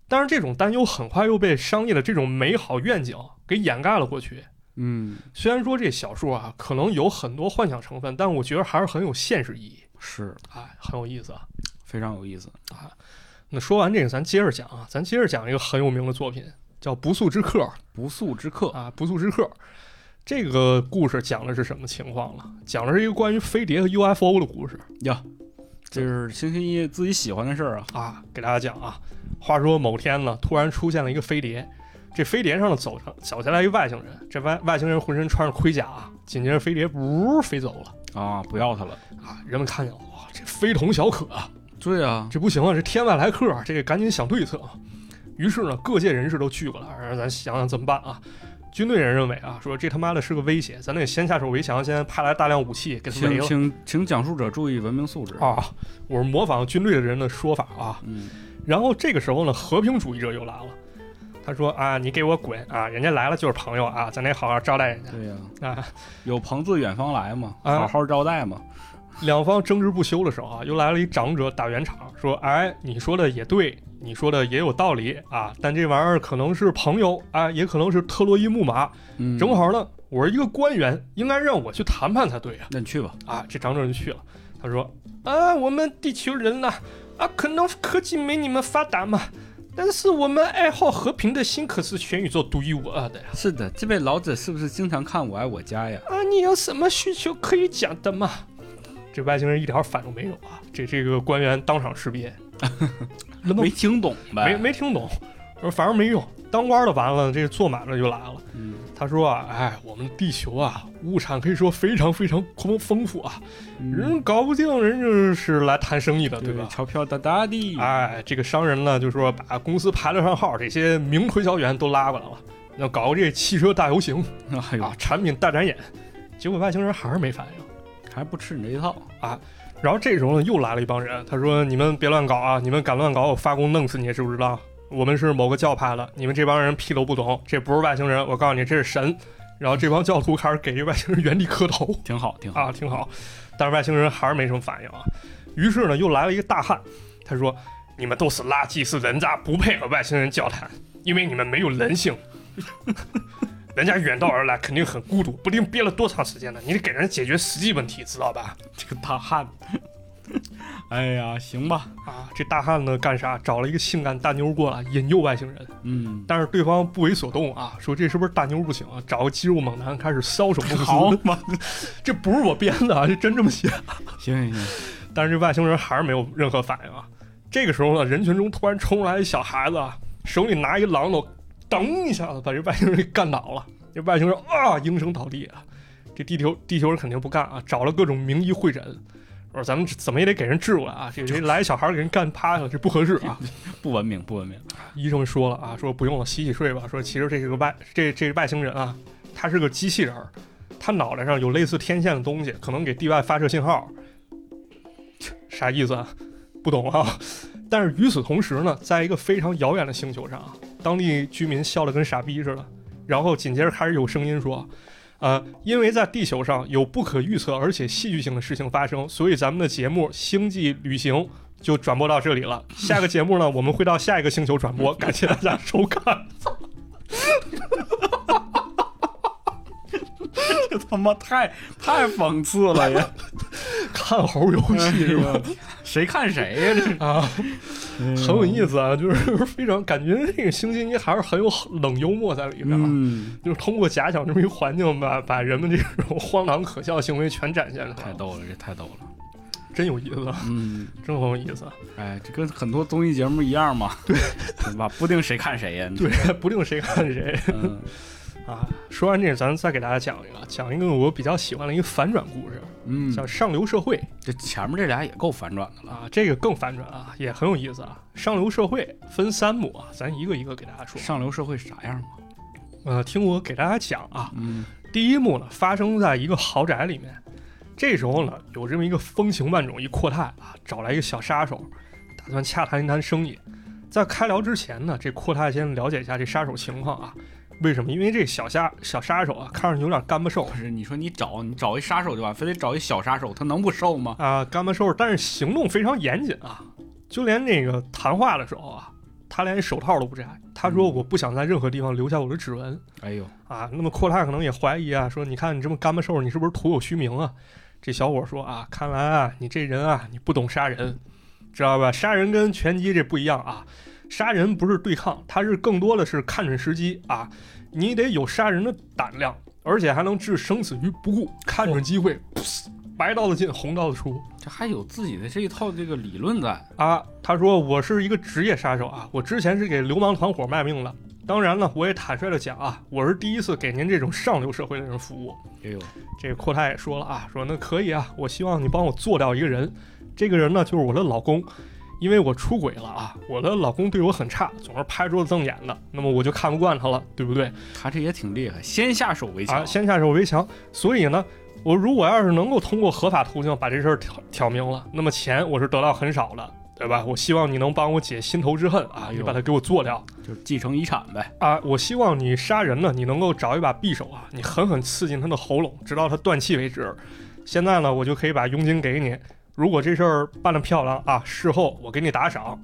但是这种担忧很快又被商业的这种美好愿景给掩盖了过去。嗯，虽然说这小说啊可能有很多幻想成分，但我觉得还是很有现实意义，是哎，很有意思啊。非常有意思，那说完这个，咱接着讲啊，咱接着讲一个很有名的作品，叫《不速之客》不速之客，啊，《不速之客》这个故事讲的是什么情况了？讲的是一个关于飞碟和 UFO 的故事这是星星一自己喜欢的事儿啊，啊，给大家讲啊。话说某天呢，突然出现了一个飞碟，这飞碟上呢走上走下来一外星人，这外外星人浑身穿着盔甲啊，紧接着飞碟呜飞走了啊，不要他了，啊，人们看见哇，这非同小可啊。对啊，这不行啊，这天外来客啊，这个赶紧想对策啊。于是呢，各界人士都聚过来，让咱想想怎么办啊。军队人认为啊，说这他妈的是个威胁，咱得先下手为强，先派来大量武器给他围请了请请讲述者注意文明素质，啊。我是模仿军队的人的说法啊。嗯然后这个时候呢，和平主义者又来了，他说啊，你给我滚啊，人家来了就是朋友啊，咱得好好招待人家对呀、啊。有朋自远方来嘛，啊好好招待嘛。两方争执不休的时候啊，又来了一长者打圆场，说：“哎，你说的也对，你说的也有道理啊，但这玩意儿可能是朋友啊，也可能是特洛伊木马，嗯，正，好呢，我是一个官员，应该让我去谈判才对啊。那你去吧。”啊，这长者就去了，他说：“啊，我们地球人呐、啊，可能科技没你们发达嘛。”但是我们爱好和平的心可是全宇宙独一无二的呀！ 是的，这位老者是不是经常看《我爱我家》呀？啊，你有什么需求可以讲的嘛？这外星人一点反应没有啊！这这个官员当场识别，那么没听懂呗。没没听懂，我说反正没用。当官的完了，这做买卖就来了。嗯，他说啊，哎，我们地球啊，物产可以说非常非常丰丰富啊，嗯，人搞不定，人就是来谈生意的，对对吧？钞票哒哒的。哎，这个商人呢，就说把公司排得上号，这些名推销员都拉过来了，要搞个这汽车大游行哎呦啊，，产品大展演。结果外星人还是没反应。还不吃你这一套。然后这时候呢，又来了一帮人，他说：“你们别乱搞啊！你们敢乱搞，我发功弄死你，知不知道？我们是某个教派的，你们这帮人屁都不懂，这不是外星人，我告诉你，这是神。”然后这帮教徒开始给这外星人原地磕头挺好，挺好。啊，挺好。但是外星人还是没什么反应啊。于是呢，又来了一个大汉，他说：“你们都是垃圾，是人渣，不配和外星人交谈，因为你们没有人性。 人家远道而来，肯定很孤独，不定憋了多长时间呢。你得给人解决实际问题，知道吧？”这个大汉， 哎呀，行吧。啊，这大汉呢干啥？找了一个性感大妞过来引诱外星人，嗯，但是对方不为所动啊，说这是不是大妞不行啊？找个肌肉猛男开始搔首 弄姿，好嘛， 这不是我编的啊，这真这么写。行行 行，但是这外星人还是没有任何反应啊。这个时候呢，人群中突然冲出来一小孩子，啊，手里拿一榔头，噔一下子把这外星人给干倒了。这外星人啊，应声倒地啊。这地球地球人肯定不干啊，找了各种名医会诊，说咱们怎么也得给人治过来啊，这这来小孩给人干趴下了，这不合适啊。不文明，不文明。医生说了啊，说不用了，洗洗睡吧。说其实这是个外，这这是外星人啊，他是个机器人儿，他脑袋上有类似天线的东西，可能给地外发射信号。啥意思啊？不懂啊。但是与此同时呢，在一个非常遥远的星球上啊，当地居民笑得跟傻逼似的。然后紧接着开始有声音说：“呃，因为在地球上有不可预测而且戏剧性的事情发生，所以咱们的节目《星际旅行》就转播到这里了。下个节目呢，我们会到下一个星球转播，感谢大家收看。 这他妈太太讽刺了 呀！看猴游戏是吧？ 谁看谁呀？这啊，嗯很有意思啊，就是 非常感觉这个星期一还是很有冷幽默在里面啊。嗯，就是通过假想这么一环境吧，把把人们这种荒唐可笑行为全展现出太来，逗了，这太逗了。真有意思啊，嗯，真很有意思啊。哎，这跟很多综艺节目一样嘛， 对吧？不定谁看谁呀？对，不定谁看谁嗯，啊。说完这，咱再给大家讲一个，讲一个我比较喜欢的一个反转故事，嗯叫《上流社会》这前面这俩也够反转的了。啊，这个更反转啊，也很有意思啊。上流社会分三幕啊，咱一个一个给大家说。上流社会是啥样吗？呃，听我给大家讲啊，嗯第一幕呢发生在一个豪宅里面，这时候呢有这么一个风情万种一阔太啊，找来一个小杀手，打算洽谈一谈生意。在开聊之前呢，这阔太先了解一下这杀手情况啊。为什么？因为这小杀小杀手啊，看上去有点干巴瘦不是，你说你找你找一杀手就完，非得找一小杀手，他能不瘦吗？啊，干巴瘦，但是行动非常严谨啊。就连那个谈话的时候啊，他连手套都不摘。他说：“我不想在任何地方留下我的指纹。”哎呦，啊，那么阔太可能也怀疑啊，说你看你这么干巴瘦，你是不是徒有虚名啊？这小伙说啊，看来啊，你这人啊，你不懂杀人，知道吧？杀人跟拳击这不一样啊，杀人不是对抗，它是更多的是看准时机啊，你得有杀人的胆量，而且还能置生死于不顾，看准机会，白刀子进，红刀子出这还有自己的这一套这个理论在。啊。他说我是一个职业杀手啊，我之前是给流氓团伙卖命的。当然了，我也坦率的讲啊，我是第一次给您这种上流社会的人服务。哎呦，这个阔太也说了啊，说那可以啊，我希望你帮我做掉一个人，这个人呢就是我的老公，因为我出轨了啊，我的老公对我很差，总是拍桌子瞪眼的，那么我就看不惯他了，对不对？他这也挺厉害，先下手为强。啊，先下手为强，所以呢，我如果要是能够通过合法途径把这事儿挑挑明了，那么钱我是得到很少的，对吧？我希望你能帮我解心头之恨啊，哎呦你把他给我做掉。就是继承遗产呗。啊，我希望你杀人呢，你能够找一把匕首啊，你狠狠刺进他的喉咙，直到他断气为止。现在呢，我就可以把佣金给你。如果这事儿办得漂亮啊，事后我给你打赏。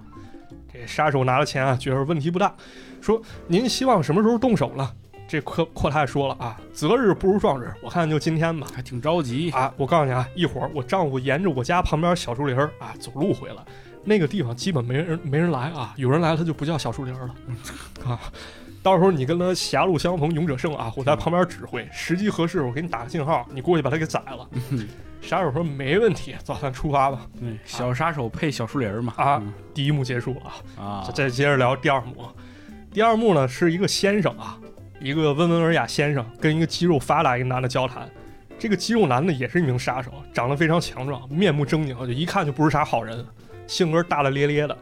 这杀手拿了钱啊，觉得问题不大，说您希望什么时候动手呢？这阔阔太说了啊，择日不如撞日，我看就今天吧。还挺着急。 啊，我告诉你啊，一会儿我丈夫沿着我家旁边小树林儿啊走路回来，那个地方基本没人没人来啊，有人来了他就不叫小树林儿了啊。到时候你跟他狭路相逢勇者胜啊，我在旁边指挥，时机合适我给你打个信号，你过去把他给宰了。杀手说没问题，早咱出发吧。对，小杀手配小树林儿嘛。啊第一幕结束啊，嗯啊再，再接着聊第二幕。第二幕呢是一个先生啊，一个温文尔雅先生跟一个肌肉发达一个男的交谈。这个肌肉男呢也是一名杀手，长得非常强壮，面目狰狞，就一看就不是啥好人，性格大大咧咧的。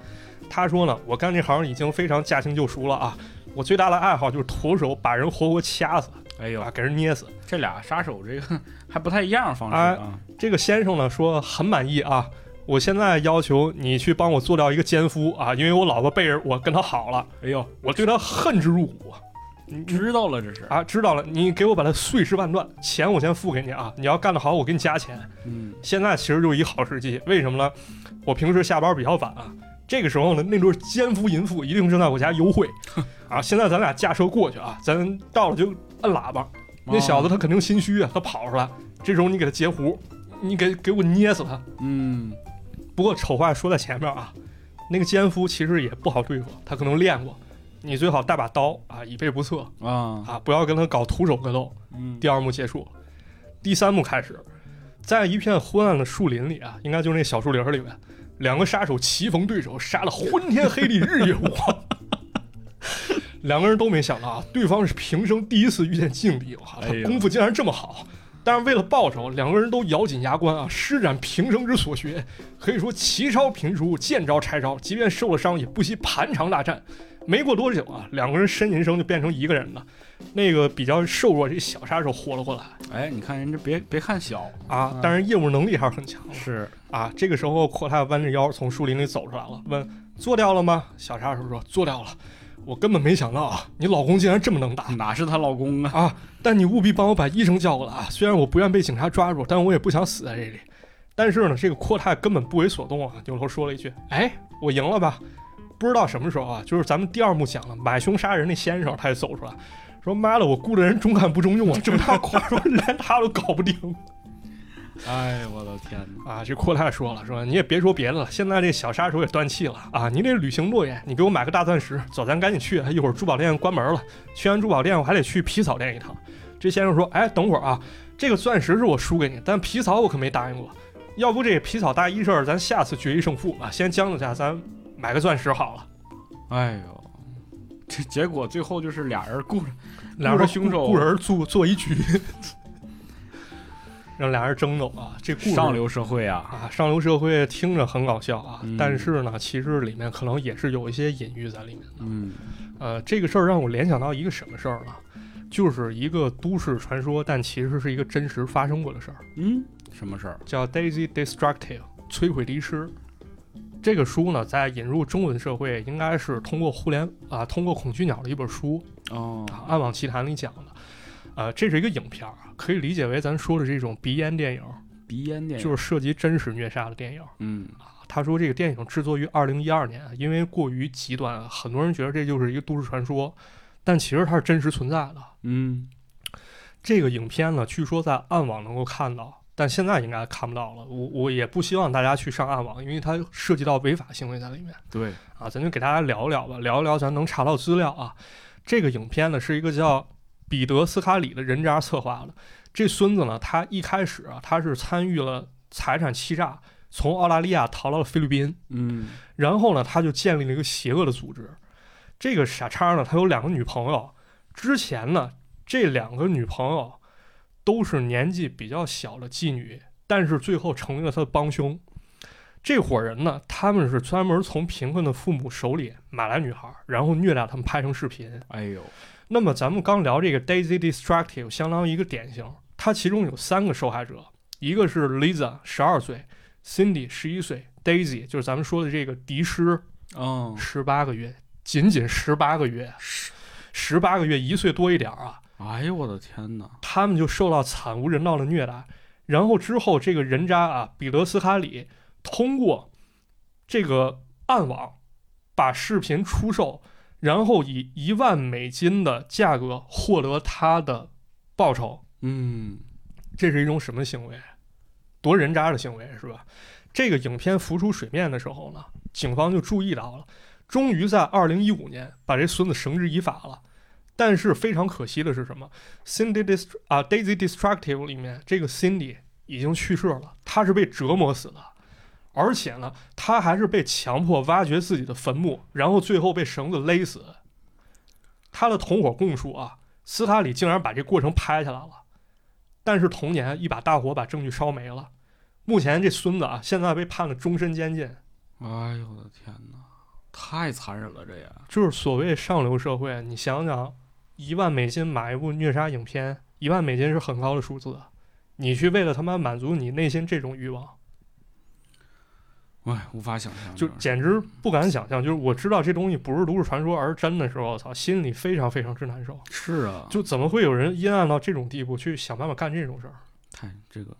他说呢，我干这行已经非常驾轻就熟了啊，我最大的爱好就是徒手把人活活掐死哎呦啊，，给人捏死。这俩杀手这个还不太一样方式哎啊。这个先生呢说很满意啊，我现在要求你去帮我做掉一个奸夫啊，因为我老婆背着我跟他好了，哎呦，我对他恨之入骨。啊你你知道了这是。啊，知道了，你给我把它碎尸万段，钱我先付给你啊，你要干得好，我给你加钱。嗯，现在其实就是一好时机，为什么呢？我平时下班比较晚啊，这个时候呢，那对奸夫淫妇一定正在我家幽会啊。现在咱俩驾车过去啊，咱到了就按喇叭，那小子他他肯定心虚啊，他跑出来，这时候你给他截胡，你给给我捏死他。嗯，不过丑话说在前面啊，那个奸夫其实也不好对付，他可能练过，你最好带把刀啊，以备不测啊，啊，不要跟他搞徒手格斗。嗯，第二幕结束，第三幕开始，在一片昏暗的树林里啊，应该就是那小树林里面，两个杀手棋逢对手，杀得昏天黑地，日月无光。 两个人都没想到啊，对方是平生第一次遇见劲敌，我靠，他哎呀功夫竟然这么好。但是为了报仇，两个人都咬紧牙关啊，施展平生之所学，可以说奇招频出，见招拆招，即便受了伤也不惜盘肠大战。没过多久啊，两个人呻吟声就变成一个人了。那个比较瘦弱这小杀手活了过来哎，你看人这别别看小，啊嗯，但是业务能力还是很强的是啊。这个时候，阔太弯着腰从树林里走出来了，问：“做掉了吗？”小杀手说：“做掉了。”我根本没想到啊，你老公竟然这么能打哪是她老公啊？啊！但你务必帮我把医生叫过来啊！虽然我不愿被警察抓住，但我也不想死在这里。但是呢，这个阔太根本不为所动啊。扭头说了一句：“哎，我赢了吧？”不知道什么时候啊，就是咱们第二幕讲了买凶杀人那先生，他也走出来，说：“妈的，我雇的人中看不中用啊，这么大块儿，说连他都搞不定。”哎，我的天哪！啊，这阔太说了，说你也别说别的了，现在这小杀手也断气了啊！你这履行诺言，你给我买个大钻石，走，咱赶紧去，一会儿珠宝店关门了，去完珠宝店我还得去皮草店一趟。这先生说，哎，等会儿啊，这个钻石是我输给你，但皮草我可没答应过，要不这皮草大衣事儿咱下次决一胜负啊，先将就下，咱买个钻石好了。哎呦，这结果最后就是俩人雇着俩人凶手雇人做做一局， 让俩人争斗啊，这故事上流社会啊，啊，上流社会听着很搞笑啊，嗯但是呢，其实里面可能也是有一些隐喻在里面。嗯，呃，这个事儿让我联想到一个什么事儿呢？就是一个都市传说，但其实是一个真实发生过的事儿，嗯，什么事儿？叫《Daisy Destructive》摧毁离师。这个书呢，在引入中文社会，应该是通过互联啊，通过孔雀鸟的一本书哦啊，《暗网奇谭》里讲的。呃，这是一个影片儿啊，可以理解为咱说的这种鼻烟电影，鼻烟电影，就是涉及真实虐杀的电影。嗯，啊他说这个电影制作于二零一二年，啊因为过于极端，很多人觉得这就是一个都市传说，但其实它是真实存在的。嗯，这个影片呢，据说在暗网能够看到，但现在应该看不到了。我我也不希望大家去上暗网，因为它涉及到违法行为在里面对，啊。咱就给大家聊一聊吧，聊一聊咱能查到资料啊。这个影片呢，是一个叫彼得斯卡里的人渣策划的。这孙子呢，他一开始啊，他是参与了财产欺诈，从澳大利亚逃到了菲律宾。嗯，然后呢，他就建立了一个邪恶的组织。这个傻叉呢，他有两个女朋友，之前呢，这两个女朋友都是年纪比较小的妓女，但是最后成为了他的帮凶。这伙人呢，他们是专门从贫困的父母手里买来女孩，然后虐待他们，拍成视频。哎呦，那么咱们刚聊这个 Daisy Destructive，相当于一个典型，它其中有三个受害者，一个是 Lisa 十二岁，Cindy 十一岁，Daisy 就是咱们说的这个迪师嗯，十八个月，仅仅十八个月，十八个月一岁多一点儿啊，哎呦，我的天哪！他们就受到惨无人道的虐待。然后之后，这个人渣啊，彼得斯卡里通过这个暗网把视频出售，然后以一万美金的价格获得他的报酬。嗯，这是一种什么行为？夺人渣的行为是吧？这个影片浮出水面的时候呢，警方就注意到了，终于在二零一五年把这孙子绳之以法了。但是非常可惜的是什么？Cindy Dist 啊，Daisy Destructive 里面这个 Cindy 已经去世了，她是被折磨死的，而且呢，她还是被强迫挖掘自己的坟墓，然后最后被绳子勒死。他的同伙供述啊，斯卡里竟然把这过程拍下来了。但是同年一把大火把证据烧没了。目前这孙子啊，现在被判了终身监禁，哎呦，我的天哪！太残忍了，这也，就是所谓上流社会。你想想，一万美金买一部虐杀影片，一万美金是很高的数字，你去为了他妈满足你内心这种欲望，哎，无法想象，就这简直不敢想象。就是我知道这东西不是都市传说，而是真的时候，我操，心里非常非常之难受。是啊，就怎么会有人阴暗到这种地步去想办法干这种事儿？太这个，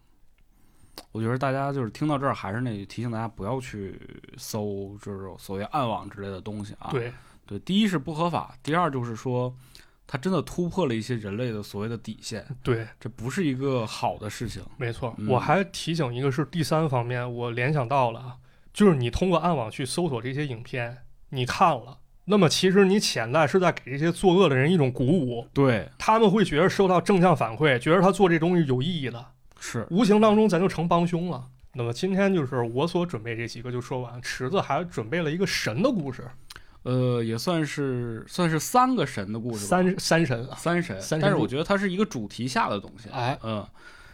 我觉得大家就是听到这儿，还是那句提醒大家不要去搜，就是所谓暗网之类的东西啊。对，对第一是不合法，第二就是说，它真的突破了一些人类的所谓的底线，对，这不是一个好的事情。没错，嗯我还提醒一个是第三方面，我联想到了啊，就是你通过暗网去搜索这些影片，你看了，那么其实你潜在是在给这些作恶的人一种鼓舞，对，他们会觉得受到正向反馈，觉得他做这东西有意义的，是，无形当中咱就成帮凶了。那么今天就是我所准备这几个就说完，池子还准备了一个神的故事，呃，也算是算是三个神的故事吧，三三神啊，三神，三神但是故我觉得它是一个主题下的东西。哎，嗯，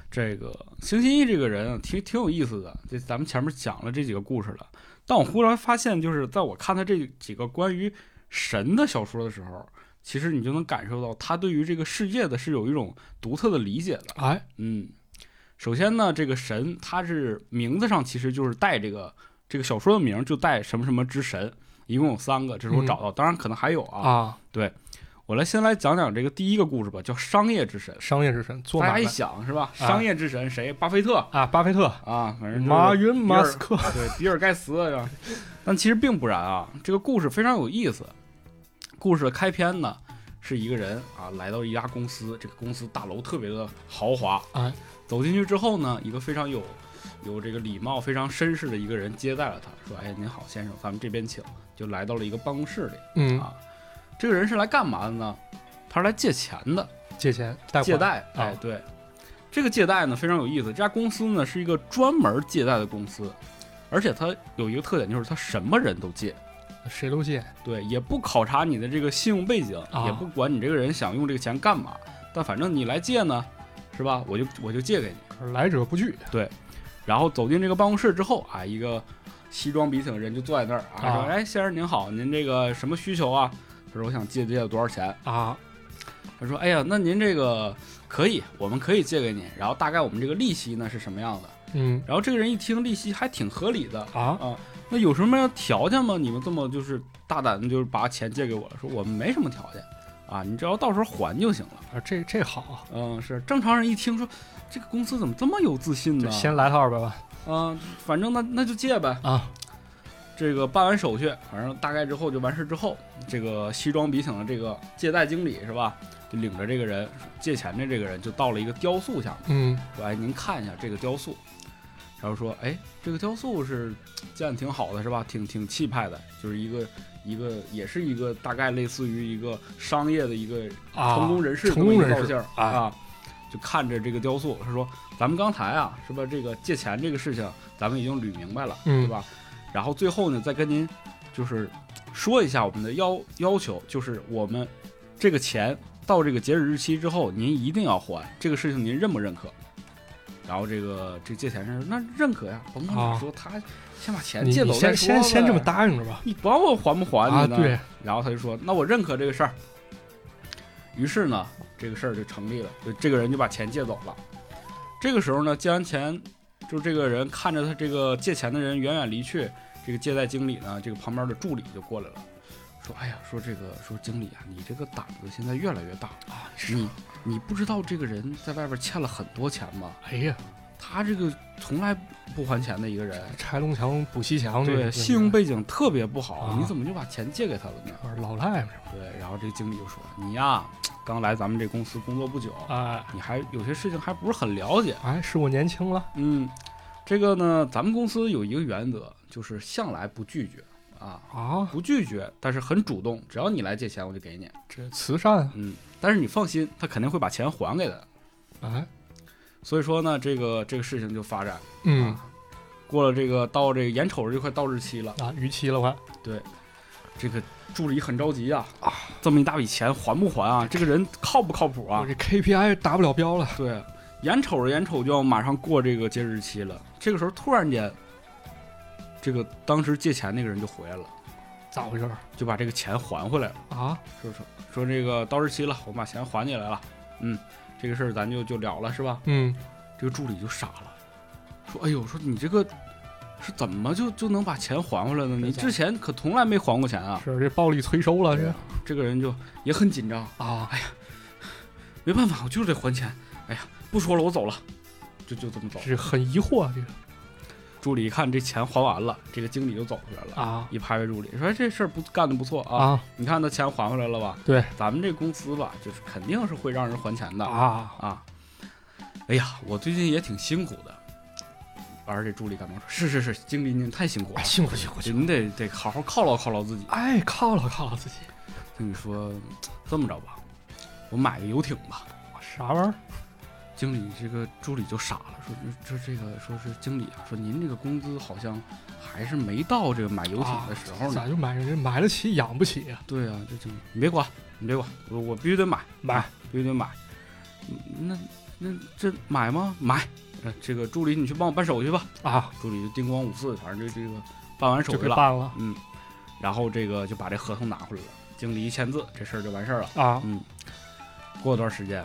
这个邢新一这个人啊，挺挺有意思的。这咱们前面讲了这几个故事了，但我忽然发现，就是在我看他这几个关于神的小说的时候，其实你就能感受到他对于这个世界的是有一种独特的理解的。哎，嗯，首先呢，这个神他是名字上其实就是带这个这个小说的嗯名儿就带什么什么之神，一共有三个，这是我找到，当然可能还有啊。啊，我来先来讲讲这个第一个故事吧，叫商业之神。商业之神做大家买一卖想是吧？啊商业之神谁？巴菲特啊，巴菲特、啊，反正马就是云、马斯克， 对比尔盖茨啊是吧？ 但其实并不然啊，这个故事非常有意思。故事的开篇呢，是一个人啊来到一家公司，这个公司大楼特别的豪华哎。走进去之后呢，一个非常有有这个礼貌、非常绅士的一个人接待了他，说：“哎，您好，先生，咱们这边请。”就来到了一个办公室里。嗯啊，这个人是来干嘛的呢？他是来借钱的，借钱贷款借贷。啊哎，对，这个借贷呢非常有意思。这家公司呢是一个专门借贷的公司，而且它有一个特点就是它什么人都借，谁都借，对，也不考察你的这个信用背景，啊也不管你这个人想用这个钱干嘛，但反正你来借呢，是吧？我就我就借给你。可是来者不拒然后走进这个办公室之后啊，一个西装笔挺的人就坐在那儿啊，说啊：“哎，先生您好，您这个什么需求啊？”他说：“我想借借多少钱。”啊他说：“哎呀，那您这个可以，我们可以借给你。然后大概我们这个利息呢是什么样的？嗯然后这个人一听利息还挺合理的，啊那有什么条件吗？你们这么就是大胆的，就是把钱借给我了，说我们没什么条件啊，你只要到时候还就行了。啊，这这好啊，嗯，是正常人一听说这个公司怎么这么有自信就呢？先来套二百万嗯，反正那那就借呗。啊这个办完手续，反正大概之后就完事之后，这个西装笔挺的这个借贷经理是吧，就领着这个人借钱的这个人就到了一个雕塑下面。嗯说：“哎，您看一下这个雕塑。”然后说：“哎，这个雕塑是建的挺好的，是吧？挺挺气派的，就是一个一个，也是一个大概类似于一个商业的一个啊，成功人士、成功人造士型儿哎啊。”就看着这个雕塑，他说：“咱们刚才啊，是吧？这个借钱这个事情，咱们已经捋明白了，嗯对吧？然后最后呢，再跟您就是说一下我们的要要求，就是我们这个钱到这个截止日期之后，您一定要还。这个事情您认不认可？然后这个这借钱人说那认可呀，甭管啊咋说，他先把钱你借你走再先说先先这么呗，答应着吧你管我还不还啊，你呢？对，然后他就说：“那我认可这个事儿。”于是呢，这个事儿就成立了，就这个人就把钱借走了。这个时候呢，借完钱，就这个人看着他这个借钱的人远远离去，这个借贷经理呢，这个旁边的助理就过来了，说：“哎呀，说这个说经理啊，你这个胆子现在越来越大啊，你你不知道这个人在外边欠了很多钱吗？哎呀，他这个从来不还钱的一个人，拆东墙补西墙，这对，个信用背景特别不好啊，你怎么就把钱借给他了呢？”我说老赖嘛，对，然后这个经理就说：“你呀，刚来咱们这公司工作不久，哎你还有些事情还不是很了解。哎，是我年轻了，嗯，这个呢，咱们公司有一个原则，就是向来不拒绝啊，啊，不拒绝，但是很主动，只要你来借钱，我就给你。这慈善啊，嗯，但是你放心，他肯定会把钱还给的。哎，所以说呢，这个这个事情就发展啊嗯过了，这个到这个眼瞅着就快到日期了，啊，逾期了快，这个助理很着急啊，这么一大笔钱还不还啊？这个人靠不靠谱啊我？这 KPI 达不了标了，对，眼瞅着眼瞅就要马上过这个截止日期了，这个时候突然间，这个当时借钱那个人就回来了，咋回事儿就把这个钱还回来了，啊？说说说这个到日期了，我们把钱还你来了，嗯，这个事儿咱就就了了是吧？嗯，这个助理就傻了，说哎呦，说你这个是怎么就就能把钱还回来呢？你这家伙之前可从来没还过钱啊！啊是这暴力催收了，这这个人就也很紧张，啊，没办法，我就是得还钱。哎呀，不说了，我走了，就就这么走了。这很疑惑啊，这个助理一看这钱还完了，这个经理就走出来了，啊一拍拍助理说：“哎这事儿不干的不错啊，啊你看他钱还回来了吧？对，咱们这公司吧，就是肯定是会让人还钱的啊，啊哎呀，我最近也挺辛苦的。”完事儿，这助理赶忙说：“是是是，经理您太辛苦了哎，，辛苦辛苦辛苦，您得得好好犒劳犒劳自己。哎，犒劳犒劳自己，经理说：这么着吧，我买个游艇吧。”啥玩意儿经理这个助理就傻了，说这这个说是经理啊，说您这个工资好像还是没到这个买游艇的时候呢。咋就买人买得起养不起啊？对啊，就经理，你别管，你别管，我我必须得买，买必须得买。嗯那那这买吗？买。呃这个助理，你去帮我办手续吧。啊，助理就叮咣五四，反正就这个办完手就续给了，办了嗯，然后这个就把这合同拿回来了，经理一签字，这事儿就完事儿了。啊嗯，过段时间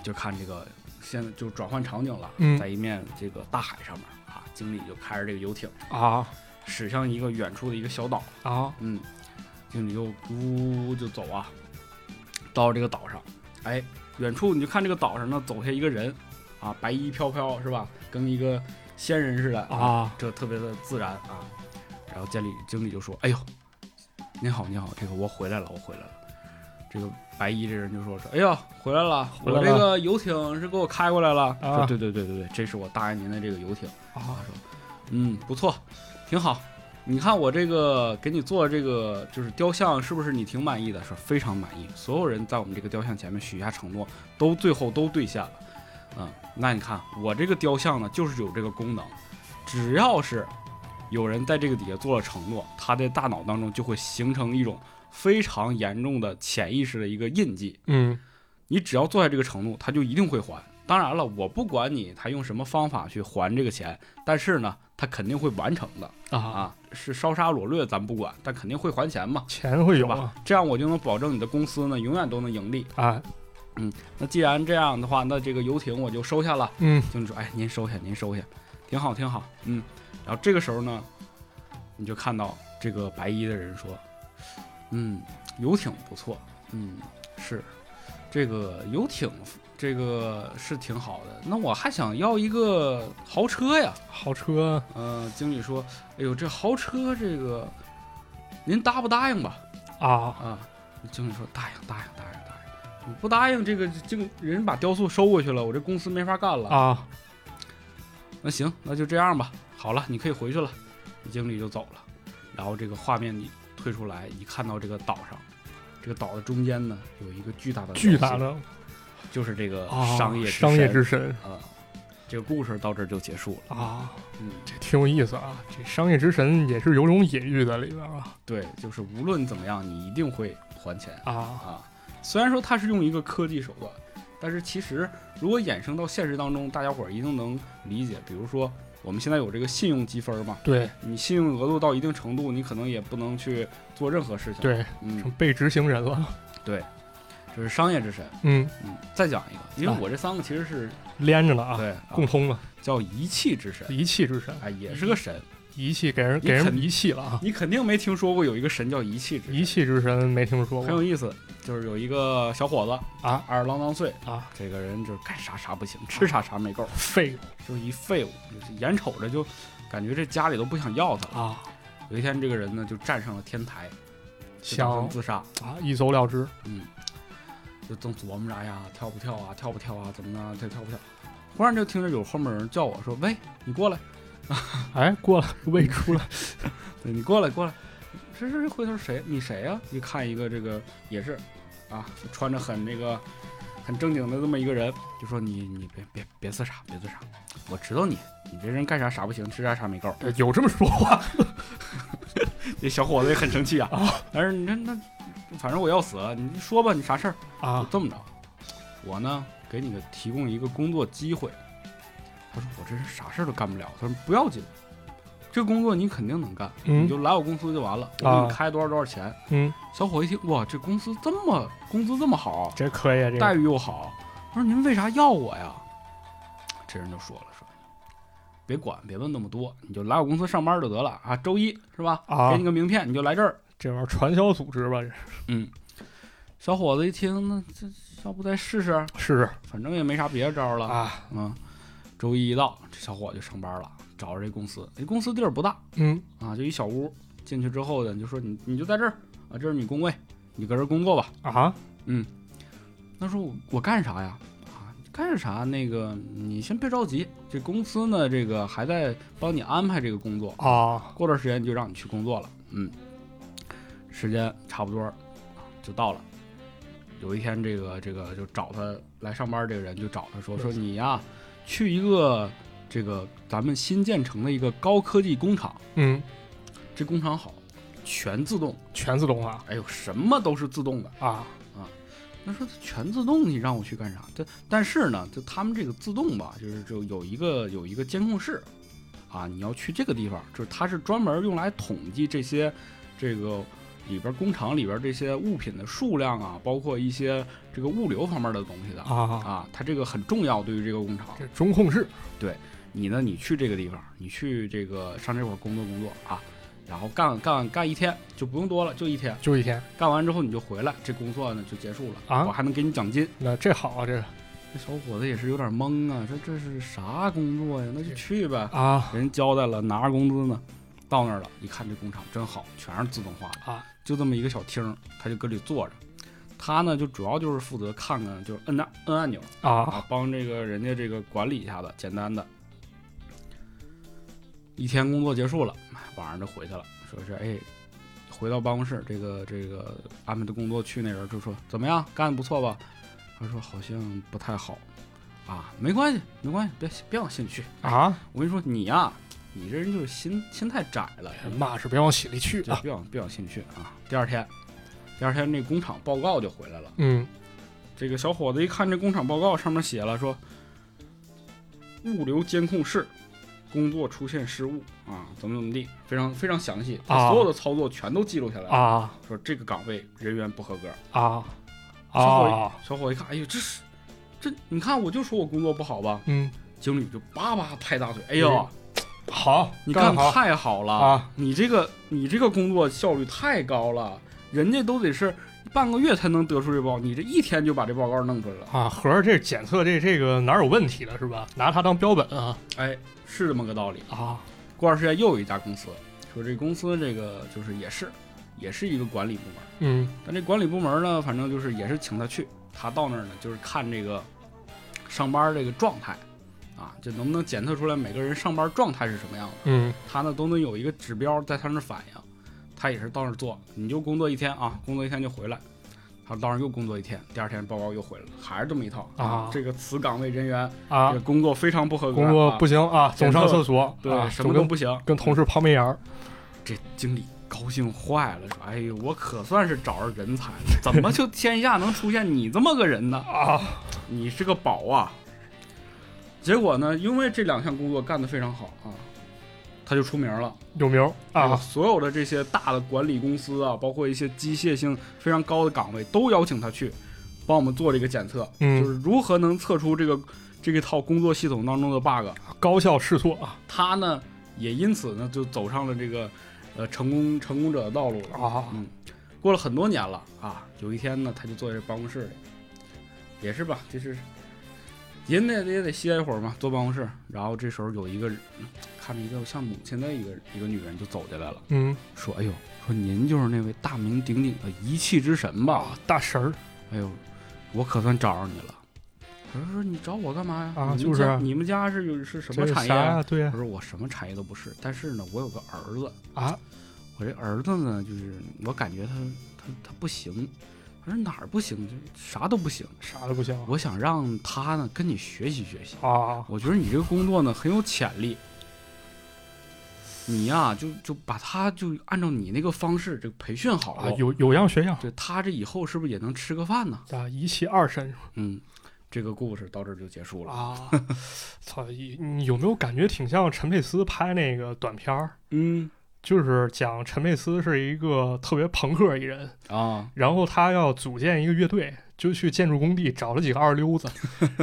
就看这个，现在就转换场景了，嗯在一面这个大海上面啊，经理就开着这个游艇啊驶向一个远处的一个小岛，啊嗯，经理就呜呜呜就走啊，到这个岛上，哎，远处你就看这个岛上呢走下一个人，啊，白衣飘飘是吧？跟一个仙人似的，啊，这特别的自然啊。然后监理经理就说：“哎呦，您好，您好，这个我回来了，我回来了。”这个白衣这人就说：“说哎呀，回来了，回来我了这个游艇是给我开过来了。啊说对对对对对，这是我大爷您的这个游艇。啊，嗯，不错，挺好。你看我这个给你做这个就是雕像，是不是你挺满意的？说非常满意，所有人在我们这个雕像前面许下承诺，都最后都兑现了。嗯，那你看我这个雕像呢，就是有这个功能，只要是有人在这个底下做了承诺，他的大脑当中就会形成一种非常严重的潜意识的一个印记。嗯你只要做下这个承诺，他就一定会还。当然了，我不管你他用什么方法去还这个钱，但是呢，他肯定会完成的啊，啊。是烧杀掳掠咱不管，但肯定会还钱嘛。钱会是有吧啊，这样我就能保证你的公司呢永远都能盈利。哎，那既然这样的话，那这个游艇我就收下了。嗯经理说：“哎，您收下，您收下，挺好，挺好。”嗯，然后这个时候呢，你就看到这个白衣的人说：“嗯，游艇不错，嗯，是这个游艇，这个是挺好的。那我还想要一个豪车呀。豪车，嗯，经理说：“哎呦，这豪车这个，您答不答应吧？”啊啊，经理说答应答应答应答应，你不答应这个这个人把雕塑收过去了，我这公司没法干了。啊那行，那就这样吧。好了，你可以回去了。经理就走了。然后这个画面里退出来，一看到这个岛上，这个岛的中间呢有一个巨大的巨雕大塑，的就是这个啊商业、商业之神啊、这个故事到这儿就结束了。啊，嗯，这挺有意思啊，这商业之神也是有种隐喻在里边啊对，就是无论怎么样，你一定会还钱啊，啊。虽然说它是用一个科技手段，但是其实如果衍生到现实当中，大家伙儿一定能理解。比如说，我们现在有这个信用积分嘛，对你信用额度到一定程度，你可能也不能去做任何事情。，对，嗯，被执行人了，这是商业之神。嗯，嗯，再讲一个，因为啊我这三个其实是、连着呢啊，对、共啊，通了，叫一气之神，一气之神，哎，也是个神。一气给人你给人肯一气了啊，你肯定没听说过有一个神叫一气之神，一气之神没听说很过有意思。就是有一个小伙子啊，二十郎当岁，啊，这个人就是干啥啥不行，吃啥啥没够，废就是一废物，就是眼瞅着就感觉这家里都不想要他了。啊有一天，这个人呢就站上了天台，就打算想自杀。啊一走了之，嗯就正琢磨着，哎呀，跳不跳啊，跳不跳啊，怎么呢？这跳不跳？忽然就听着有后面有人叫我说：“喂，你过来，哎，过 来喂出来，对你过来，过来。”这这这回头谁？你谁呀、一看一个这个也是，啊，穿着很那个很正经的这么一个人，就说你你别别别自杀，别自杀，我知道你，你这人干啥啥不行，吃啥啥没够。哎有这么说话这小伙子也很生气啊，但是你这那反正我要死了，你说吧，你啥事儿？就啊这么着，我呢给你个提供一个工作机会。他说我这是啥事儿都干不了。他说不要紧，这个工作你肯定能干，嗯你就来我公司就完了，我给啊你开多少多少钱。嗯，小伙一听，哇，这公司这么工资这么好，这可以啊，这待个遇又好，他说您为啥要我呀？这人就说了说，别管别问那么多，你就来我公司上班就得了啊。周一是吧？啊给你个名片，你就来这儿。这玩意儿传销组织吧，这小伙子一听，那这要不再试试？是反正也没啥别的招儿了。啊，嗯，周一一到，这小伙就上班了，找着这公司。哎这公司地儿不大嗯啊，就一小屋。进去之后呢，就说你你就在这儿啊，这是你工位，你搁这儿工作吧。啊他说我我干啥呀？啊，干啥？那个你先别着急，这公司呢，这个还在帮你安排这个工作，啊过段时间就让你去工作了。嗯，时间差不多啊就到了。有一天，这个这个就找他来上班，这个人就找他说说你呀、去一个这个咱们新建成的一个高科技工厂，嗯，这工厂好，全自动，全自动化哎呦，什么都是自动的。啊他说全自动，你让我去干啥？但但是呢，就他们这个自动吧，就是就有一个有一个监控室，啊，你要去这个地方，就是它是专门用来统计这些这个里边工厂里边这些物品的数量啊，包括一些这个物流方面的东西的啊，啊，它这个很重要，对于这个工厂。这中控室你呢，你去这个地方，你去这个上这块儿工作工作啊，然后后干干干一天，就不用多了，就一天。就一天，干完之后你就回来，这工作呢就结束了啊我还能给你奖金。那这好啊，这个这小伙子也是有点懵啊，说这是啥工作呀？那就去呗。啊人交代了，拿着工资呢，到那儿了，一看这工厂真好，全是自动化的，啊就这么一个小厅儿，他就搁里坐着。他呢，就主要就是负责看看，就是摁按摁按钮啊啊，帮这个人家这个管理一下子，简单的。一天工作结束了，晚上就回去了，说是哎，回到办公室，这个这个安排的工作去那人就说怎么样，干得不错吧？他说好像不太好，啊，没关系，没关系，别别往心里去，啊！我跟你说，你呀、你这人就是心心太窄了，嘛是别往心里去就啊。别往别往心里去啊。第二天，第二天那工厂报告就回来了。嗯这个小伙子一看这工厂报告，上面写了说，物流监控室工作出现失误啊，怎么怎么地，非常非常详细，啊把所有的操作全都记录下来了。啊说这个岗位人员不合格。啊后啊！小伙子一看，哎呦，这是这，你看我就说我工作不好吧。嗯，经理就叭叭拍大腿，哎呦嗯，好，你干干得好太好了啊！你这个你这个工作效率太高了，人家都得是半个月才能得出这报，你这一天就把这报告弄出来了。啊！合着这检测这这个哪儿有问题了是吧？拿它当标本啊哎，是这么个道理。啊过段时间又有一家公司说这公司这个就是也是也是一个管理部门，嗯但这管理部门呢，反正就是也是请他去，他到那儿呢就是看这个上班这个状态啊，就能不能检测出来每个人上班状态是什么样的。嗯他呢都能有一个指标在他那儿反映，他也是到那儿做，你就工作一天啊，工作一天就回来。他到那儿又工作一天，第二天报告又回来了，还是这么一套啊这个此岗位人员、啊这个，工作非常不合格，工作不啊、行啊，总上厕所，对、啊什么总都跟不行。跟同事抛媚眼儿这经理高兴坏了，说：“哎呦，我可算是找着人才了，怎么就天下能出现你这么个人呢？啊 你是个宝啊！”结果呢，因为这两项工作干得非常好啊，他就出名了。有名儿啊，啊所有的这些大的管理公司啊，包括一些机械性非常高的岗位，都邀请他去帮我们做这个检测，就嗯，是如何能测出这个这个套工作系统当中的 bug。高效试错啊他呢，也因此呢，就走上了这个呃成功成功者的道路了。啊过了很多年了啊，有一天呢，他就坐在这办公室里，也是吧，就是也得也得歇一会儿嘛，坐办公室。然后这时候有一个人看着一个像母亲的一个一个女人就走进来了。嗯说：“哎呦，说您就是那位大名鼎鼎的一气之神吧啊？大神儿哎呦，我可算找着你了。”他说：“你找我干嘛呀？啊你们就是家啊你们家是有是什这么是产业啥啊呀？？”对呀他说：“我什么产业都不是，但是呢，我有个儿 子。啊我这儿子呢，就是我感觉他他他不行。我说哪儿不行？就啥都不行。啥都不行我想让他呢跟你学习学习。啊我觉得你这个工作呢很有潜力。”你呀、就就把他就按照你那个方式这个培训好啊了，有有样学样对他这以后是不是也能吃个饭呢？啊一气二神嗯，这个故事到这儿就结束了。啊！ 操，你你有没有感觉挺像陈佩斯拍那个短片儿？嗯就是讲陈佩斯是一个特别朋克一人，啊，然后他要组建一个乐队，就去建筑工地找了几个二溜子，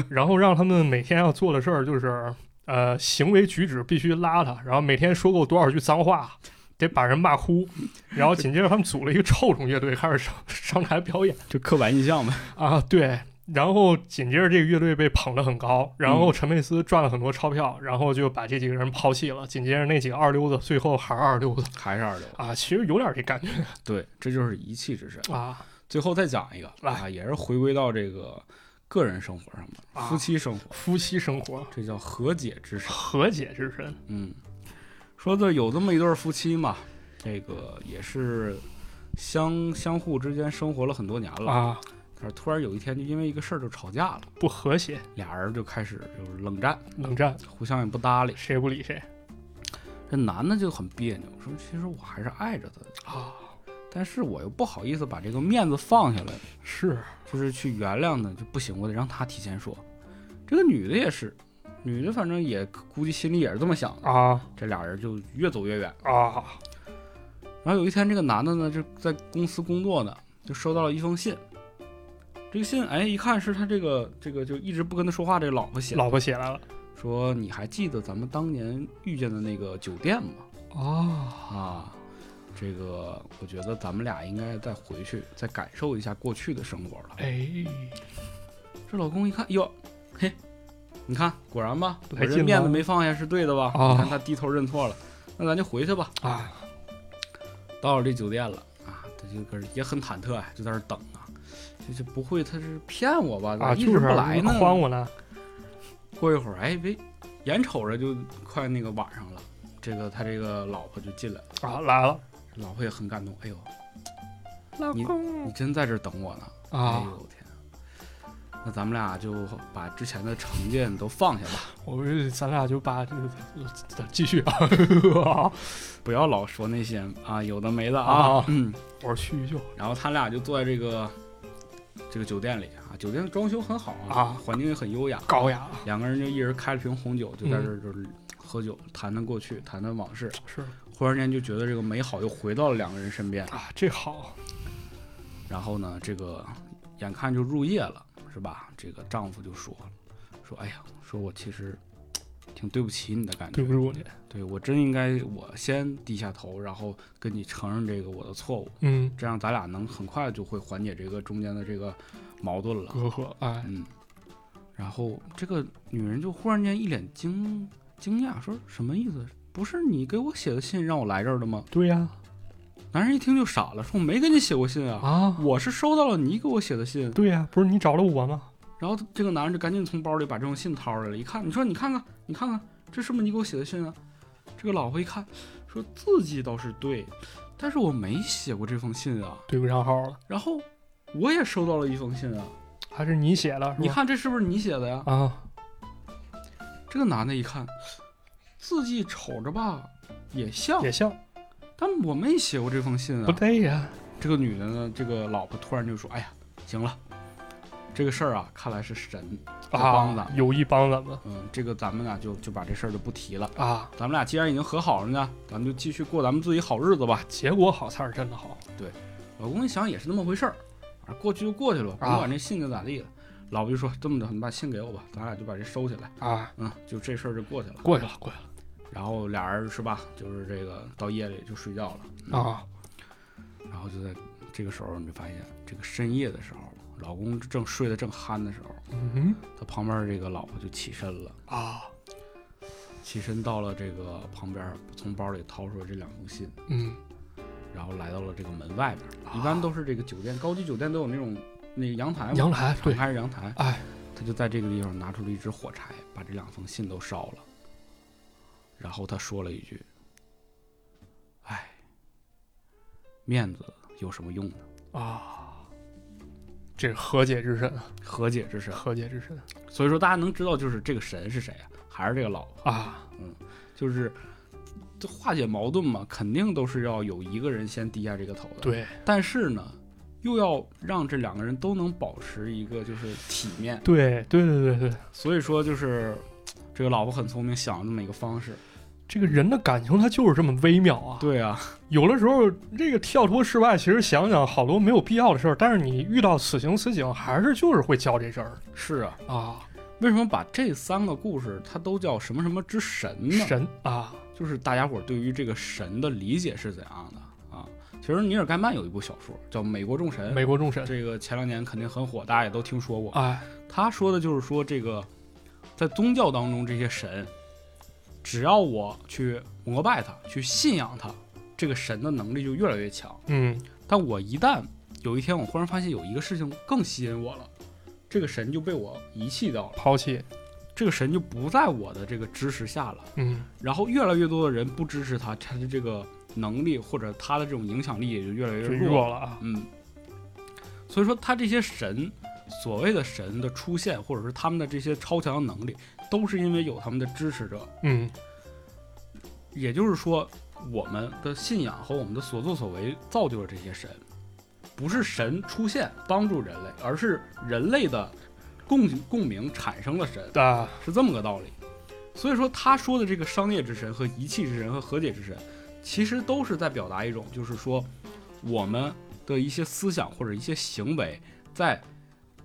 然后让他们每天要做的事儿就是，呃，行为举止必须邋遢，然后每天说够多少句脏话，得把人骂哭，然后紧接着他们组了一个臭虫乐队开始上 上台表演就刻板印象呗。啊，对。然后紧接着这个乐队被捧得很高，然后陈佩斯赚了很多钞票，然后就把这几个人抛弃了。紧接着那几个二溜子最后还是二溜子还是二流。啊，其实有点这感觉对，这就是一气之神。啊最后再讲一个来啊，也是回归到这个个人生活上吧，啊夫妻生活，夫妻生活这叫和解之神。和解之神。嗯，说的有这么一对儿夫妻嘛，这个也是相相互之间生活了很多年了，啊，可是突然有一天就因为一个事儿就吵架了，不和谐，俩人就开始就是冷战，冷战，互相也不搭理。谁也不理谁这男的就很别扭，说其实我还是爱着他的，啊。但是我又不好意思把这个面子放下来，是就是去原谅他，就不行，我得让他提前说。这个女的也是，女的反正也估计心里也是这么想的，啊这俩人就越走越远。啊然后有一天，这个男的呢就在公司工作呢，就收到了一封信。这个信，哎，一看是他这个这个就一直不跟他说话这个老婆写的，老婆写来了说你还记得咱们当年遇见的那个酒店吗？啊啊，这个我觉得咱们俩应该再回去再感受一下过去的生活了。哎，这老公一看，哟，嘿，你看，果然吧，来我劲这了面子没放下是对的吧？啊你看他低头认错了，那咱就回去吧。啊，到了这酒店了啊，他这个也很忐忑啊，就在那儿等啊，这这不会他是骗我吧？咋啊，一就直是不来呢。诓我呢。过一会儿，哎，别，眼瞅着就快那个晚上了，这个他这个老婆就进来了，啊，来了，老婆也很感动，哎呦，老你公真在这儿等我呢。哎啊，呦我天！啊那咱们俩就把之前的成见都放下吧，我说咱俩就把这个呃继续啊， 不要老说那些啊有的没的啊。啊，嗯，我说叙叙然后他俩就坐在这个这个酒店里啊，酒店的装修很好啊环境也很优雅。高雅两个人就一人开了瓶红酒，就在这儿就是喝酒，谈谈过去，谈谈往事。是忽然间就觉得这个美好又回到了两个人身边。啊，这好然后呢，这个眼看就入夜了，是吧？这个丈夫就说了，说哎呀，说我其实挺对不起你的感觉，对不住你，对我真应该我先低下头，然后跟你承认这个我的错误，嗯，这样咱俩能很快就会缓解这个中间的这个矛盾了。隔阂，哎，嗯，然后这个女人就忽然间一脸惊惊讶，说什么意思？不是你给我写的信让我来这儿的吗？对呀，男人一听就傻了，说我没给你写过信啊，啊，我是收到了你给我写的信。对呀，不是你找了我吗？然后这个男人就赶紧从包里把这封信掏出来了，一看，你说你看看，你看看，这是不是你给我写的信啊？这个老婆一看，说自己倒是对，但是我没写过这封信啊。对不上号了，然后我也收到了一封信啊，还是你写的？是吧你看这是不是你写的呀？啊，这个男的一看，字迹瞅着吧也像，也像但我没写过这封信不啊。对呀，这个女的呢，这个老婆突然就说：“哎呀，行了，这个事儿啊，看来是神，在帮咱啊们，有意帮咱们嗯，这个咱们俩就就把这事儿就不提了。”啊，咱们俩既然已经和好了呢，咱们就继续过咱们自己好日子吧。结果好才是真的好，老公一想也是那么回事儿，啊，过去就过去了，甭管这信就咋地了。老婆就说：“这么着，你把信给我吧，咱俩就把这收起来，啊，嗯，就这事儿就过去了。过去了，过去了”然后俩人是吧，就是这个到夜里就睡觉了，啊，然后就在这个时候，你就发现这个深夜的时候，老公正睡得正酣的时候，嗯他旁边这个老婆就起身了，啊，起身到了这个旁边，从包里掏出了这两封信，嗯，然后来到了这个门外边儿。一般都是这个酒店，高级酒店都有那种那个阳台嘛，阳台敞啊对，开着阳台。哎，他就在这个地方拿出了一支火柴，把这两封信都烧了。然后他说了一句：“哎，面子有什么用呢？啊，这是和解之神，和解之神。和解之神”所以说，大家能知道就是这个神是谁啊？还是这个老婆？啊，就是这化解矛盾嘛，肯定都是要有一个人先低下这个头的。对但是呢，又要让这两个人都能保持一个就是体面。对对对对对，所以说，就是这个老婆很聪明，想了这么一个方式。这个人的感情它就是这么微妙啊，对啊，有的时候这个跳脱事外，其实想想好多没有必要的事儿，但是你遇到此情此景，还是就是会较这事儿是啊。啊，为什么把这三个故事它都叫什么什么之神呢？神啊，就是大家伙对于这个神的理解是怎样的啊？其实尼尔盖曼有一部小说叫《美国众神》，美国众神，这个前两年肯定很火，大家也都听说过。哎，他说的就是说，这个在宗教当中，这些神，只要我去膜拜他，去信仰他，这个神的能力就越来越强。嗯，但我一旦有一天，我忽然发现有一个事情更吸引我了，这个神就被我遗弃掉了，抛弃，这个神就不在我的这个支持下了。嗯，然后越来越多的人不支持他，他的这个能力或者他的这种影响力也就越来越就弱弱。了啊，嗯，所以说他这些神，所谓的神的出现，或者是他们的这些超强的能力，都是因为有他们的支持者。嗯，也就是说，我们的信仰和我们的所作所为造就了这些神，不是神出现帮助人类，而是人类的共共鸣产生了神，啊，是这么个道理。所以说，他说的这个商业之神和遗弃之神和和解之神，其实都是在表达一种，就是说我们的一些思想或者一些行为，在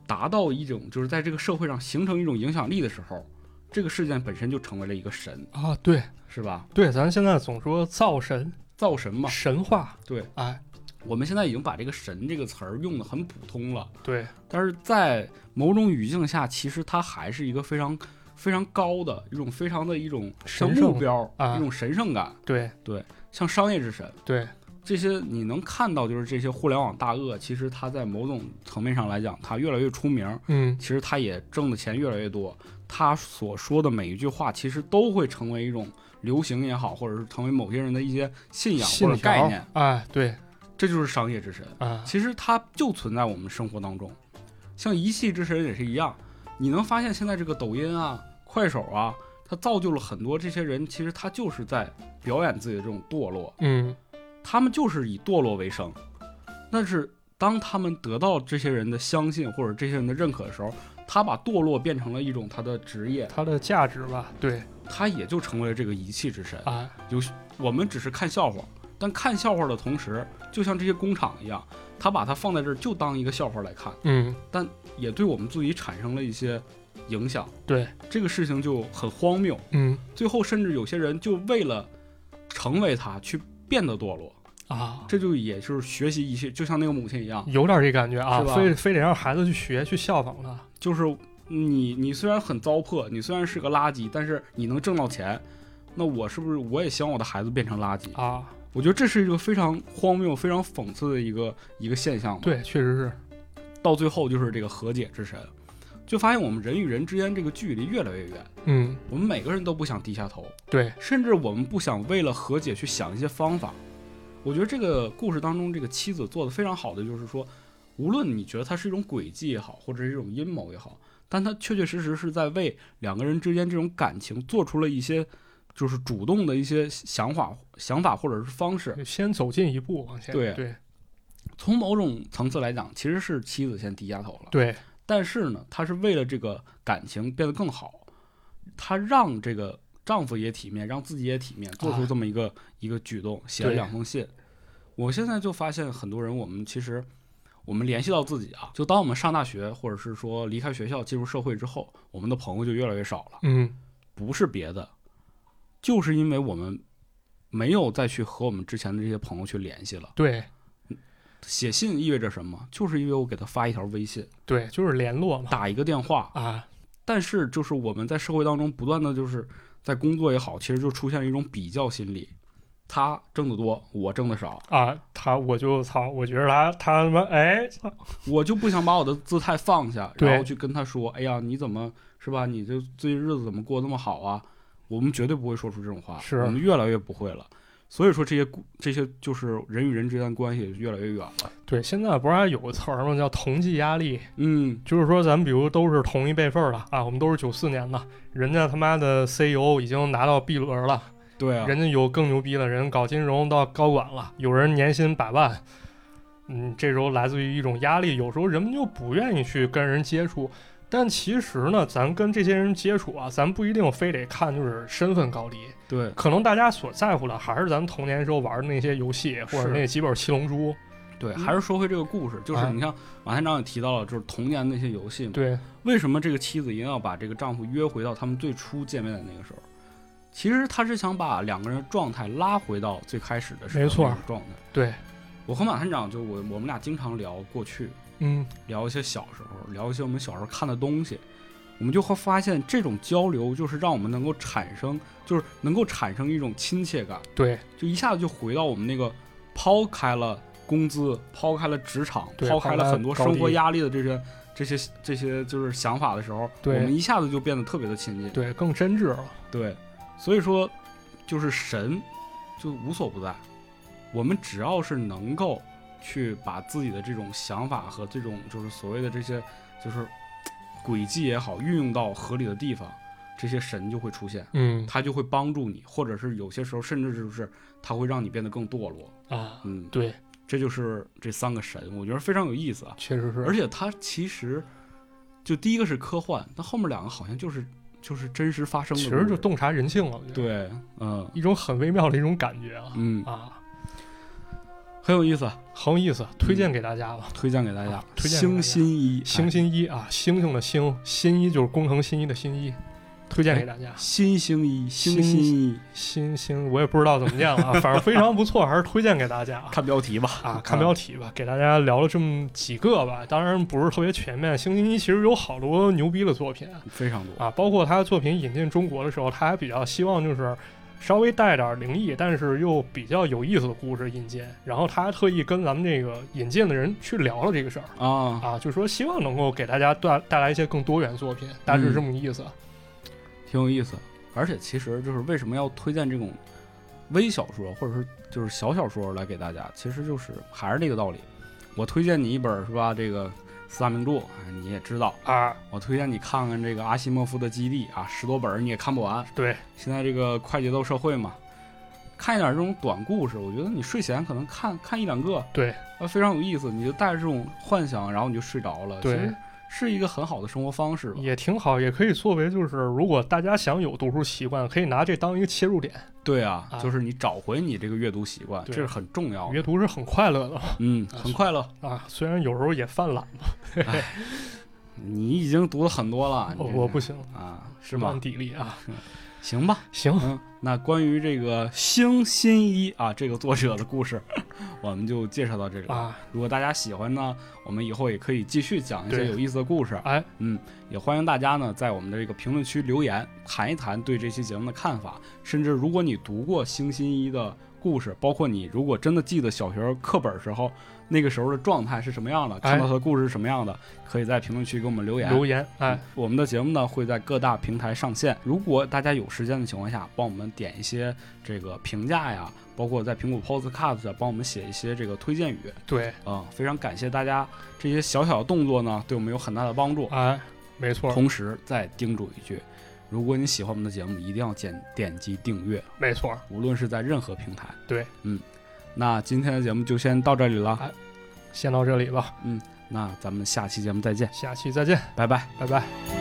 达到一种就是在这个社会上形成一种影响力的时候，这个事件本身就成为了一个神，啊，对是吧？对，咱现在总说造神造神嘛。神话，对，哎，我们现在已经把这个“神”这个词儿用的很普通了，对，但是在某种语境下，其实它还是一个非常非常高的一种非常的一种神目圣，标，啊一种神圣感，对像商业之神。对，这些你能看到，就是这些互联网大鳄，其实他在某种层面上来讲，他越来越出名，嗯，其实他也挣的钱越来越多，他所说的每一句话，其实都会成为一种流行也好，或者是成为某些人的一些信仰信或者条概念，，哎，对，这就是商业之神。啊，其实它就存在我们生活当中，像一系之神也是一样，你能发现现在这个抖音啊、快手啊，它造就了很多这些人，其实他就是在表演自己的这种堕落，嗯，他们就是以堕落为生。但是当他们得到这些人的相信或者这些人的认可的时候，他把堕落变成了一种他的职业，它的价值吧，对，他也就成为了这个一气之神。哎，我们只是看笑话，但看笑话的同时，就像这些工厂一样，他把它放在这儿就当一个笑话来看，嗯，也对我们自己产生了一些影响。对，这个事情就很荒谬。嗯，最后，甚至有些人就为了成为他，去变得堕落，啊，这就也就是学习一些，就像那个母亲一样，有点这感觉啊是，吧非非得让孩子去学，去效仿它，就是你你虽然很糟粕，你虽然是个垃圾，但是你能挣到钱，那我是不是我也希望我的孩子变成垃圾？啊，我觉得这是一个非常荒谬、非常讽刺的一个一个现象吧。对，确实是，到最后就是这个和解之神，就发现我们人与人之间这个距离越来越远，嗯，我们每个人都不想低下头，对，甚至我们不想为了和解去想一些方法。我觉得这个故事当中，这个妻子做的非常好的就是说，无论你觉得它是一种诡计也好，或者是一种阴谋也好，但它确确实实是在为两个人之间这种感情做出了一些，就是主动的一些想法、想法或者是方式。先走近一步往前，对对从某种层次来讲，其实是妻子先低下头了。对，但是呢，她是为了这个感情变得更好，她让这个丈夫也体面，让自己也体面，做出这么一个、一个举动，写了对两封信。我现在就发现很多人，我们其实我们联系到自己啊，就当我们上大学，或者是说离开学校进入社会之后，我们的朋友就越来越少了，嗯，不是别的，就是因为我们没有再去和我们之前的这些朋友去联系了。对写信意味着什么？就是因为我给他发一条微信，对，就是联络嘛，打一个电话，啊，但是就是我们在社会当中不断的就是在工作也好，其实就出现一种比较心理，他挣得多，我挣得少，啊，他我就操，我觉得他他他妈哎，操我就不想把我的姿态放下，对然后去跟他说，哎呀，你怎么是吧？你这最近日子怎么过得那么好啊？我们绝对不会说出这种话，是我们越来越不会了。所以说这些故这些就是人与人之间的关系也越来越远了。对，现在不是还有个词儿吗？叫同济压力，嗯，就是说，咱们比如都是同一辈份儿的啊，我们都是九四年的，人家他妈的 CEO 已经拿到 B 轮了，对啊，人家有更牛逼的人搞金融到高管了，有人年薪百万，嗯，这时候来自于一种压力，有时候人们就不愿意去跟人接触。但其实呢，咱跟这些人接触啊，咱不一定非得看就是身份高低，对可能大家所在乎的还是咱们童年时候玩的那些游戏，或者是那几本《七龙珠》。对，嗯还是说回这个故事，就是哎你看马探长也提到了，就是童年那些游戏嘛。对，为什么这个妻子一定要把这个丈夫约回到他们最初见面的那个时候？其实她是想把两个人状态拉回到最开始的时候没错那种状态。对，我和马探长就我我们俩经常聊过去，嗯，聊一些小时候，聊一些我们小时候看的东西，我们就会发现这种交流就是让我们能够产生，就是能够产生一种亲切感，对，就一下子就回到我们那个抛开了工资、抛开了职场、对抛开抛开了很多高生活低压力的这些、这些、这些就是想法的时候，对我们一下子就变得特别的亲近。对，更真挚了。对，所以说就是神就无所不在，我们只要是能够去把自己的这种想法和这种就是所谓的这些就是嘖轨迹也好，运用到合理的地方，这些神就会出现。嗯他就会帮助你，或者是有些时候，甚至就是他会让你变得更堕落。啊，嗯，对，这就是这三个神，我觉得非常有意思啊。确实是。而且它其实就第一个是科幻，但后面两个好像就是就是真实发生的其故实事，就洞察人性了，我觉得对，嗯一种很微妙的一种感觉啊、嗯，啊，很有意思，啊很有意思，推荐给大家吧。推荐给大家啊。推荐给大星家星一，星哎星一啊，星星的星，新一就是工程新一的新一推荐给大家。新哎星一，星新一，星星，我也不知道怎么念了啊，反正非常不错，还是推荐给大家啊。看标题吧。啊，看标题吧，给大家聊了这么几个吧，当然不是特别全面。星期一其实有好多牛逼的作品非常多。啊，包括他的作品引进中国的时候，他还比较希望就是稍微带点灵异，但是又比较有意思的故事引进。然后他还特意跟咱们这个引进的人去聊了这个事儿啊，啊，就说希望能够给大家带带来一些更多元作品，大致是这么个意思。挺有意思。而且其实就是为什么要推荐这种微小说或者是就是小小说来给大家，其实就是还是那个道理。我推荐你一本是吧？这个四大名著，哎你也知道。啊，我推荐你看看这个阿西莫夫的《基地》啊，十多本儿你也看不完。对，现在这个快节奏社会嘛，看一点这种短故事，我觉得你睡前可能看看一两个，对，啊，非常有意思，你就带着这种幻想，然后你就睡着了，对其实是一个很好的生活方式吧。也挺好，也可以作为就是如果大家想有读书习惯，可以拿这当一个切入点，对啊，啊就是你找回你这个阅读习惯，这对是很重要的。阅读是很快乐的。嗯，啊很快乐。啊，虽然有时候也犯懒吧，你已经读了很多了，你我这哦我不行，啊，嗯是吗烂？体力啊，行吧，行，嗯，那关于这个星新一啊这个作者的故事， 我们就介绍到这里。啊，如果大家喜欢呢，我们以后也可以继续讲一些对有意思的故事。哎，嗯，也欢迎大家呢在我们的这个评论区留言，谈一谈对这期节目的看法。甚至如果你读过星新一的故事，包括你如果真的记得小学课本时候那个时候的状态是什么样的，看到他的故事是什么样的，可以在评论区给我们留言。留言，哎，我们的节目呢会在各大平台上线。如果大家有时间的情况下，帮我们点一些这个评价呀，包括在苹果 Podcast 帮我们写一些这个推荐语对，啊、非常感谢大家这些小小的动作呢，对我们有很大的帮助。哎，没错，同时再叮嘱一句，如果你喜欢我们的节目，一定要点点击订阅，没错，无论是在任何平台。对，嗯，那今天的节目就先到这里了，哎先到这里吧，那咱们下期节目再见，下期再见，拜拜。拜拜。嗯。